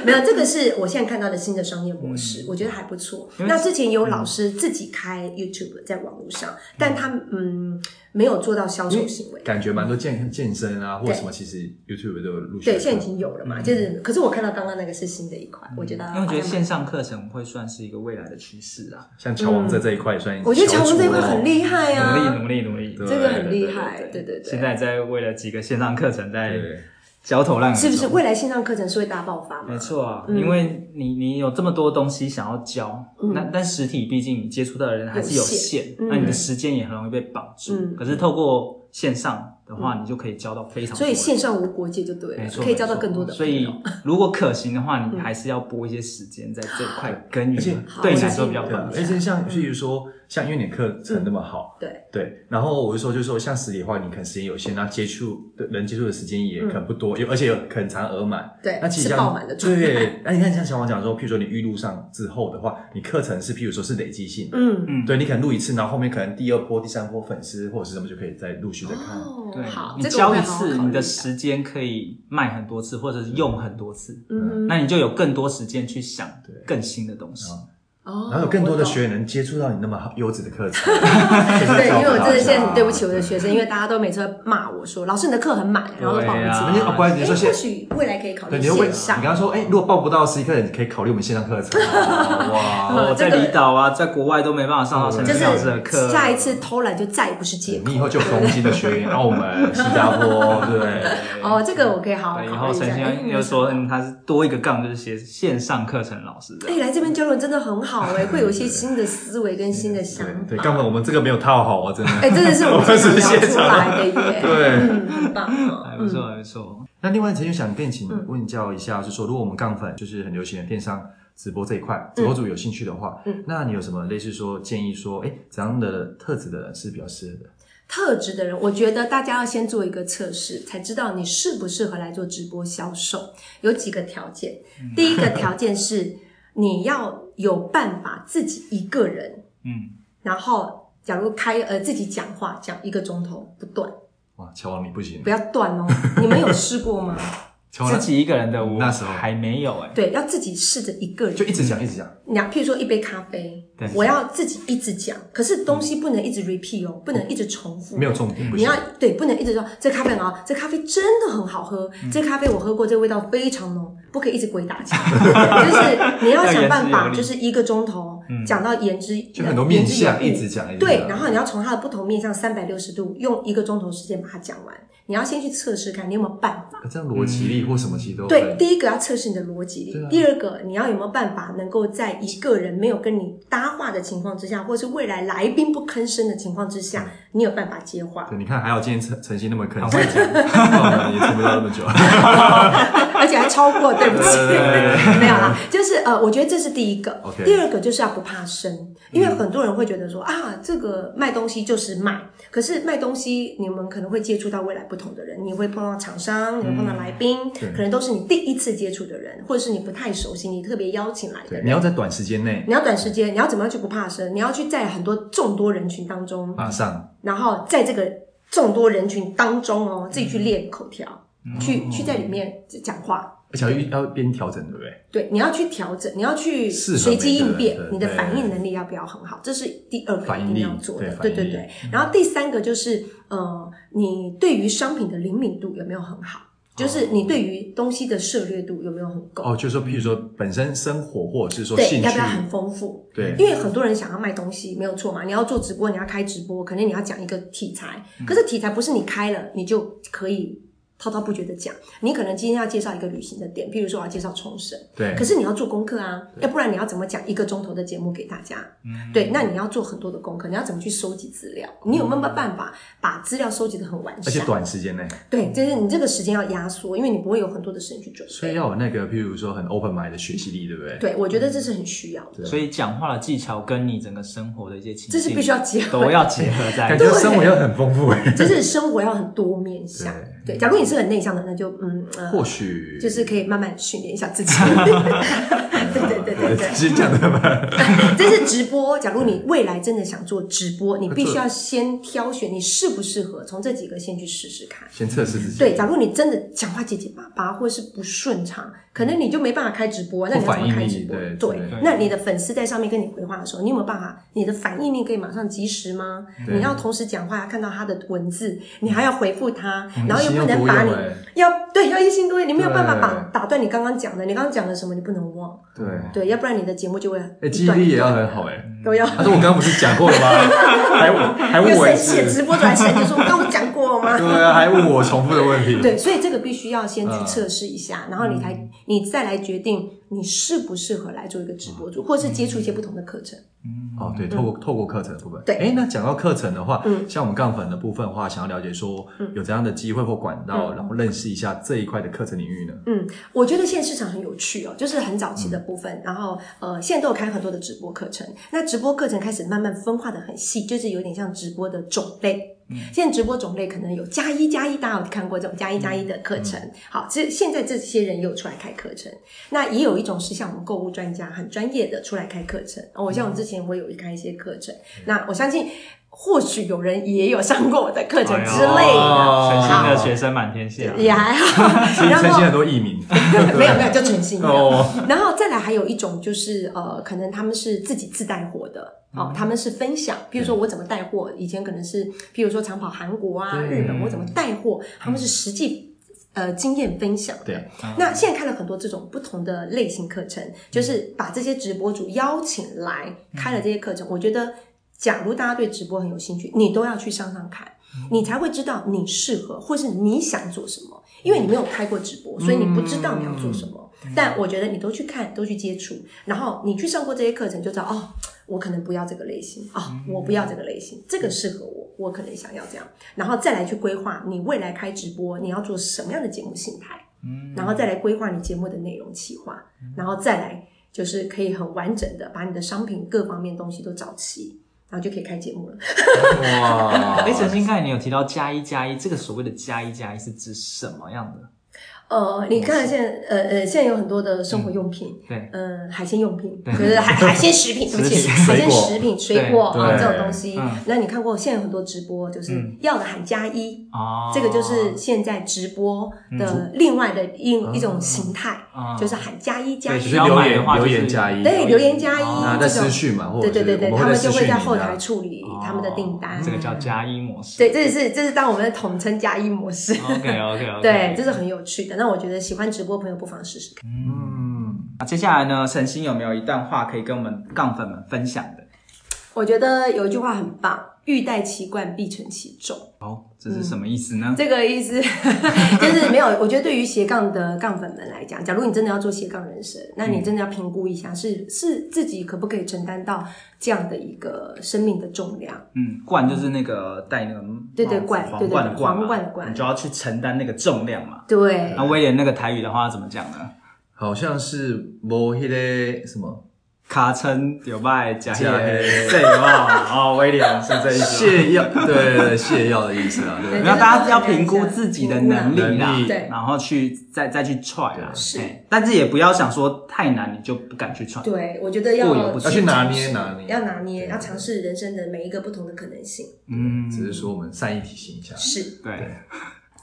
没有，这个是我现在看到的新的商业模式，
嗯
我觉得还不错。那之前有老师自己开 YouTube 在网络上，但他嗯没有做到销售行为。
感觉蛮多健健身啊或者
对
什么，其实 YouTube 都有陆续。
对，现在已经有了嘛，就是，可是我看到刚刚那个是新的一款，我觉得
因为我觉得
好像
线上课程会算是一个未来的趋势啊，
像乔王在这一块也算，
嗯我觉得乔王这一块很厉害
努力
啊，
努力努力，
对
这个很厉害，对对
现
对，
在在为了几个线上课程在
哎对，
焦头烂额，
是不是？未来线上课程是会大爆发
没
嘛？
错啊，
嗯
因为你你有这么多东西想要教，
嗯
那但实体毕竟你接触到的人还是有限，
有限
那你的
嗯
时间也很容易被绑住。
嗯
可是透过线上的话，你就可以教到非常多
所
人。
以线上无国界就对
嗯没
了，
错，
可以交到
没错
更多的
所
朋
以
友。嗯
如果可行的话，你还是要拨一些时间在这块耕
而且
耘，对你
好
来说比较
我
对
方
啊
相
便。
而且像譬如说，像因为你课程那么好，
对
对，然后我就说，就是说像实体的话，你可能时间有限，那接触的人接触的时间也
嗯
可能不多，有而且有很长额满。
对
那，其实
是
像
爆满的状态。
对，那你看像小王讲说，譬如说你预录上之后的话，你课程是譬如说是累积性的，
嗯，
嗯
对你可能录一次，然后后面可能第二波、第三波粉丝或者是什么就可以再陆续的看。
哦
对，
好，
你
这个我
教
会
一
好好
次，
考虑
你的
一下。
时间可以卖很多次，或者是用很多次，
嗯，
那你就有更多时间去想
对
更新的东西。
嗯
哦，
然后有更多的
我懂
学员能接触到你那么好优质的课程，
对，
对
因为我真的现
是
在很对不起我的学生，因为大家都每次都骂我说，老师你的课很满，然后都报
对啊
不
你
进。
哦，乖，你
哎，
说
或
现
许未来可以考
对，
虑
你就问
线
你
上
刚。刚说，哎，如果报不到十一课，你可以考虑我们线上课程。啊 哇，
我在
这个
离岛啊，在国外都没办法上到陈
就
思老师的
是
课。
下一次偷懒就再也不是借口。
你以后就有东京的学员，澳门、新加坡，对不对。
哦，这个我可以好好
对，以
考
后
虑一下。
陈
哎
先又说，嗯，他是多一个杠，就是写线上课程老师的。
哎，来这边交流真的很好哎，会有一些新的思维跟新的想法。
对，根本我们这个没有套好啊，真的。
哎，真的是我们
我是
现场
现
聊出
场
来的耶。
对
嗯，很棒哦。
哎还不错，还不错。
那另外，陈就想跟你请问教一下，就是说，如果我们杠粉就是很流行的电商直播这一块，直播主有兴趣的话，
嗯
那你有什么类似说建议说，哎，怎样的特质的人是比较适合的？
特质的人，我觉得大家要先做一个测试，才知道你适不适合来做直播销售。有几个条件，
嗯
第一个条件是你要有办法自己一个人，
嗯，
然后假如开呃自己讲话讲一个钟头不断，
哇，乔王你不行
不，要断哦。你们有试过吗？
乔
自
王
己一个人的我
那时候
还没有哎，
对，要自己试着一个人
就一直讲一直讲，
你要譬如说一杯咖啡
对，
我要自己一直讲，可是东西不能一直 repeat 哦，不能一直重复。
嗯没有重点，不
你
行
要。对，不能一直说这咖啡很好，这咖啡真的很好喝，
嗯
这咖啡我喝过，这味道非常浓，不可以一直鬼打 墙，就是你要想
要言
办
之有
法，
理
就是一个钟头讲到言之，
嗯就很多面
向
相一直讲，一直讲
对，然后你要从它的不同面向三百六十度，用一个钟头时间把它讲完。你要先去测试看你有没有办法。
这样逻辑力或什么其实都
对，，第一个要测试你的逻辑
对啊
力，第二个你要有没有办法能够在一个人没有跟你搭话的情况之下，或是未来来宾不吭声的情况之
嗯
下，你有办法接话。
对，你看还好今天晨晨曦那么肯
很
定
会，讲。
我们也撑不 到那么 久。
而且还超过，对不起，
对对对
没有啦，就是呃，我觉得这是第一个
OK
第二个就是要不怕生，因为很多人会觉得说、啊，这个卖东西就是卖，可是卖东西你们可能会接触到未来不同的人，你会碰到厂商，你会碰到来宾，
嗯对
可能都是你第一次接触的人，或者是你不太熟悉，你特别邀请来的
对，
人，
你要在短时间内
你要短时间，你要怎么样去不怕生？你要去在很多众多人群当中，
马上，
然后在这个众多人群当中哦，自己
嗯
去练口条，
哦
去去在里面讲话。
而且要要边调整，对不对？
对，你要去调整，你要去
适合
随机应变
每个人，
你的
对
反应能力要不要很好？这是第二个
反应
一
力
定要做的，
对
对
反应
对
力
对。然后第三个就是，呃，你对于商品的灵敏度有没有很好？就是你对于东西的涉猎度有没有很够？
哦哦，就是说，譬如说本身生活或者是说
对，
兴
要
趣
不，要很嗯丰富？
对，
因为很多人想要卖东西，没有错嘛。你要做直播，你要开直播，可能你要讲一个题材，
嗯
可是题材不是你开了你就可以滔滔不绝的讲。你可能今天要介绍一个旅行的点，譬如说我要介绍冲绳，
对
可，是你要做功课啊，要不然你要怎么讲一个钟头的节目给大家？
嗯
对，那你要做很多的功课，你要怎么去收集资料？你有没有办法把资料收集的很完
而且
善？
短时间内，
对，就是你这个时间要压缩，因为你不会有很多的时间去准
所以
备。
要有那个譬如说很 open mind 的学习力，对不对？
对，我觉得这是很需要的，
对
所以讲话的技巧跟你整个生活的一些情
这
境，
是必须要结合
都，要结合在
感
一起
觉。生活要很丰富哎。
就是生活要很多面向。
对
对，假如你是很内向的，那就嗯，呃
或许
就是可以慢慢训练一下自己。 对对对对对，
其实讲的蛮
这是直播。假如你未来真的想做直播，你必须要先挑选你适不适合，从这几个先去试试看。
先测试自己，
对，假如你真的讲话结结巴巴，或是不顺畅，可能你就没办法开直播啊。那
嗯
你
不
要
反
怎么
应
开
力
直播？
对
对
之类的，
那你的粉丝在上面跟你回话的时候，你有没有办法？你的反应力可以马上及时吗？
对
你要同时讲话，要看到他的文字，你还要回复他，然后又
嗯你心
不
要
能
多
把
用
你
欸
要对要一心多用，你没有办法把
对
打断你刚刚讲的，你刚刚讲了什么你不能忘，
对，
对，要不然你的节目就会
哎，记
一
忆
段
力
一
也
段
要很好哎。
都要。
他说我刚刚不是讲过了吗？ 还问还问
有
我一
谁写
次，
直播主来谁就说跟我讲过吗？
对啊，还问我重复的问题。
对，所以这个必须要先去测试一下，然后你才你再来决定你适不适合来做一个直播主，或是接触一些不同的课程。
哦，对，透过透过课程的部分，
嗯对
哎，那讲到课程的话，
嗯
像我们杠粉的部分的话，想要了解说有这样的机会或管道，
嗯
然后认识一下这一块的课程领域呢？
我觉得现在市场很有趣哦，就是很早期的部分，然后呃，现在都有开很多的直播课程，那直播课程开始慢慢分化的很细，就是有点像直播的种类。
嗯
现在直播种类可能有加一加一，大家有看过这种加一加一的课
嗯
程。好，这现在这些人也有出来开课程，那也有一种是像我们购物专家很专业的出来开课程。哦我、像我之前我有开一些课程，
嗯
那我相信或许有人也有上过我的课程
哎呦
之类的，
神仙
好
的学生满天下，
也还好。 哦
所以
然
呈
后
现很多艺名
没有没有，就纯心的。
哦，
然后再来还有一种就是呃，可能他们是自己自带货的。哦，
嗯
他们是分享，譬如说我怎么带货，以前可能是，譬如说长跑韩国啊、
对嗯
日本，我怎么带货，他们是实际呃经验分享的。
对嗯
那现在开了很多这种不同的类型课程，就是把这些直播主邀请来开了这些课程。我觉得，假如大家对直播很有兴趣，你都要去上上看，你才会知道你适合或是你想做什么。因为你没有开过直播，所以你不知道你要做什么。但我觉得你都去看，都去接触，然后你去上过这些课程，就知道哦，我可能不要这个类型哦，我不要这个类型，这个适合我，我可能想要这样，然后再来去规划你未来开直播你要做什么样的节目形态。然后再来规划你节目的内容企划，然后再来就是可以很完整的把你的商品各方面东西都找齐，然后就可以开节目了。
哇，
哎，陈星刚才你有提到加一加一，这个所谓的加一加一是指什么样的？
呃，你看现在呃呃，现在有很多的
嗯
生活用品，
对，
呃，海鲜用品，
对
就是海海鲜 食品，对不起，
食品
海
水
鲜
果
食品、水果
对
啊
对
这种东西
嗯。
那你看过现在有很多直播，就是
嗯
要的喊加一，
哦，
这个就是现在直播
嗯
的另外的一一种形态，
啊
就是喊加一加
对
就
一
嗯是。
要
留
买的
言
话就
留
是
言加一，
对，留言加一，
哦
那
这
在
种
私讯嘛，或
对
者
对对对，
我
他
们
们就
私
会
讯
在
你
后
这样
台处理
哦
他们的订单。
这个叫加一模式。
对，这是这是当我们的统称加一模式。
哦
OK OK OK，
对，这是很有趣的。那我觉得喜欢直播朋友不妨试试看。
嗯，
接下来呢，陈星有没有一段话可以跟我们杠粉们分享的？
我觉得有一句话很棒。欲戴其冠，必承其重。
哦，这是什么意思呢？
这个意思 就是没有。我觉得对于斜杠的杠粉们来讲，假如你真的要做斜杠人生，那你真的要评估一下，是是自己可不可以承担到这样的一个生命的重量。
嗯，冠就是那个戴那个帽子
对对冠
皇
对对
冠的冠嘛，
皇冠的冠
你就要去承担那个重量嘛。
对，
那威廉那个台语的话要怎么讲呢？
好像是某迄个什么
卡称有卖假
假
黑
黑，
这有啊，哦，威廉是这意思。
泻药，对 对对泻药的意思啊，对
对
然后大家要评估自己的能力啦
能，力
对
然后去再再去 try 啦，
是
哎，但是也不要想说太难你就不敢去 try，
对，我觉得要
过犹不及
要去拿捏
尝试
拿捏
要拿捏，
对
要尝试人生的每一个不同的可能性。
嗯，
只是说我们善意提醒一下，
是，
对。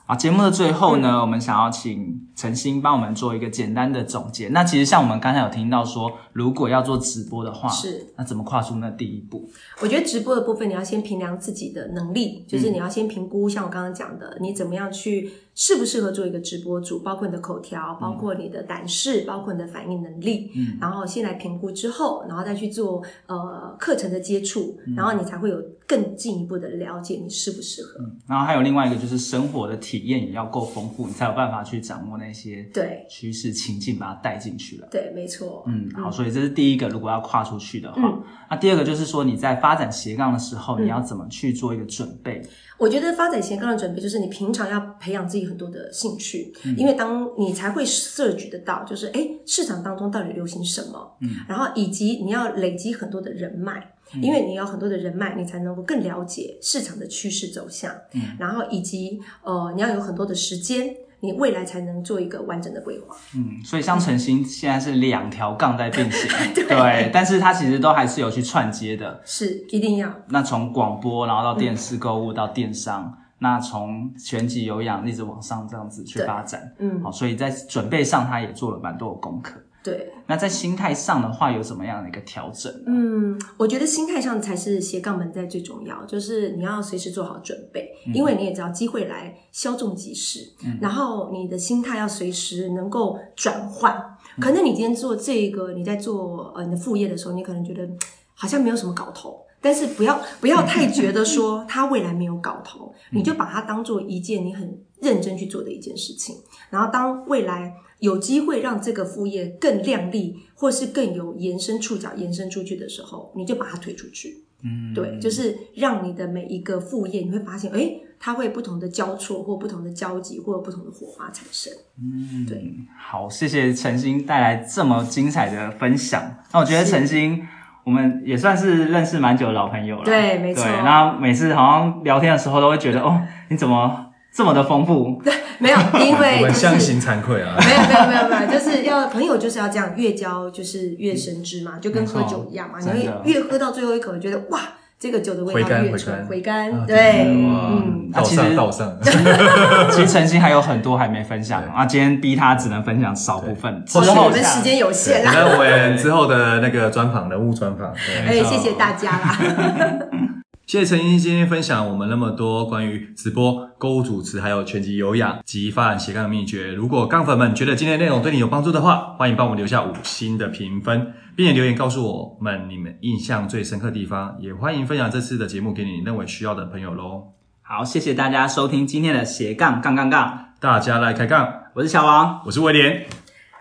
好，节目的最后
嗯
呢，我们想要请陈星帮我们做一个简单的总结。那其实像我们刚才有听到说，如果要做直播的话，
是
那怎么跨出那第一步？
我觉得直播的部分，你要先衡量自己的能力，就是你要先评估，像我刚刚讲的，你怎么样去适不适合做一个直播主，包括你的口条，包括你的胆识，包括你的反应能力，
嗯
然后先来评估之后，然后再去做呃课程的接触，然后你才会有更进一步的了解你适不适合。
然后还有另外一个就是生活的体验也要够丰富，你才有办法去掌握那些
对
趋势情境，把它带进去了。
对，没错。
嗯，好，所以这是第一个，如果要跨出去的话，
嗯
那第二个就是说你在发展斜杠的时候，
嗯
你要怎么去做一个准备？
我觉得发展斜杠的准备就是你平常要培养自己己很多的兴趣，
嗯
因为当你才会 search 得到，就是哎市场当中到底流行什么，
嗯
然后以及你要累积很多的人脉，因为你有很多的人脉，你才能够更了解市场的趋势走向，
嗯
然后以及呃你要有很多的时间，你未来才能做一个完整的规划。
嗯，所以像晨星现在是两条杠在并行，对，但是它其实都还是有去串接的。
是一定要，
那从广播，然后到电视购物，到电商，那从全集有氧一直往上这样子去
对
发展。
嗯
好，，所以在准备上，他也做了蛮多的功课。
对。
那在心态上的话，有什么样的一个调整？
嗯，我觉得心态上才是斜杠门在最重要，就是你要随时做好准备，因为你也知道机会来稍纵即逝，然后你的心态要随时能够转换。可能你今天做这个，你在做呃你的副业的时候，你可能觉得嗯好像没有什么搞头。但是不要不要太觉得说它未来没有搞头，你就把它当做一件你很认真去做的一件事情。然后当未来有机会让这个副业更亮丽，或是更有延伸触角延伸出去的时候，你就把它推出去。
嗯，
对，就是让你的每一个副业，你会发现，哎，它会不同的交错，或不同的交集，或不同的火花产生。
嗯
对，
好，谢谢陈星带来这么精彩的分享。那我觉得
是
陈星，我们也算是认识蛮久的老朋友了。
对没错
对，那每次好像聊天的时候，都会觉得哦，你怎么这么的丰 富？
没有，因
我
为
们
就是
相形惭愧啊。
没有没有没有没有，就是要朋友就是要这样，越交就是越深知嘛，就跟喝酒一样嘛，
没
你
错
会越喝到最后一口，觉得哇，这个酒的味
回
道
甘
越
回
醇，
甘
回甘，
啊
对，
哇
嗯，
那
道
啊其实
上道上，
其实陈星还有很多还没分享
对
啊，今天逼他只能分享少部分，之
对
我
后
们时间有限啦，
那我们之后的那个专访人物专访，对
哎，谢谢大家啦，
谢谢陈英今天分享我们那么多关于直播、购物主持，还有拳击有氧及发展斜杠的秘诀。如果杠粉们觉得今天的内容对你有帮助的话，欢迎帮我们留下五星的评分，并且留言告诉我们你们印象最深刻的地方，也欢迎分享这次的节目给你认为需要的朋友喽。
好，谢谢大家收听今天的斜杠杠杠杠，
大家来开杠，
我是小王，
我是威廉，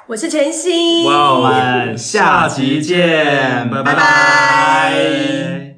我是陈曦，
哇哦
我们下集见，
拜
拜拜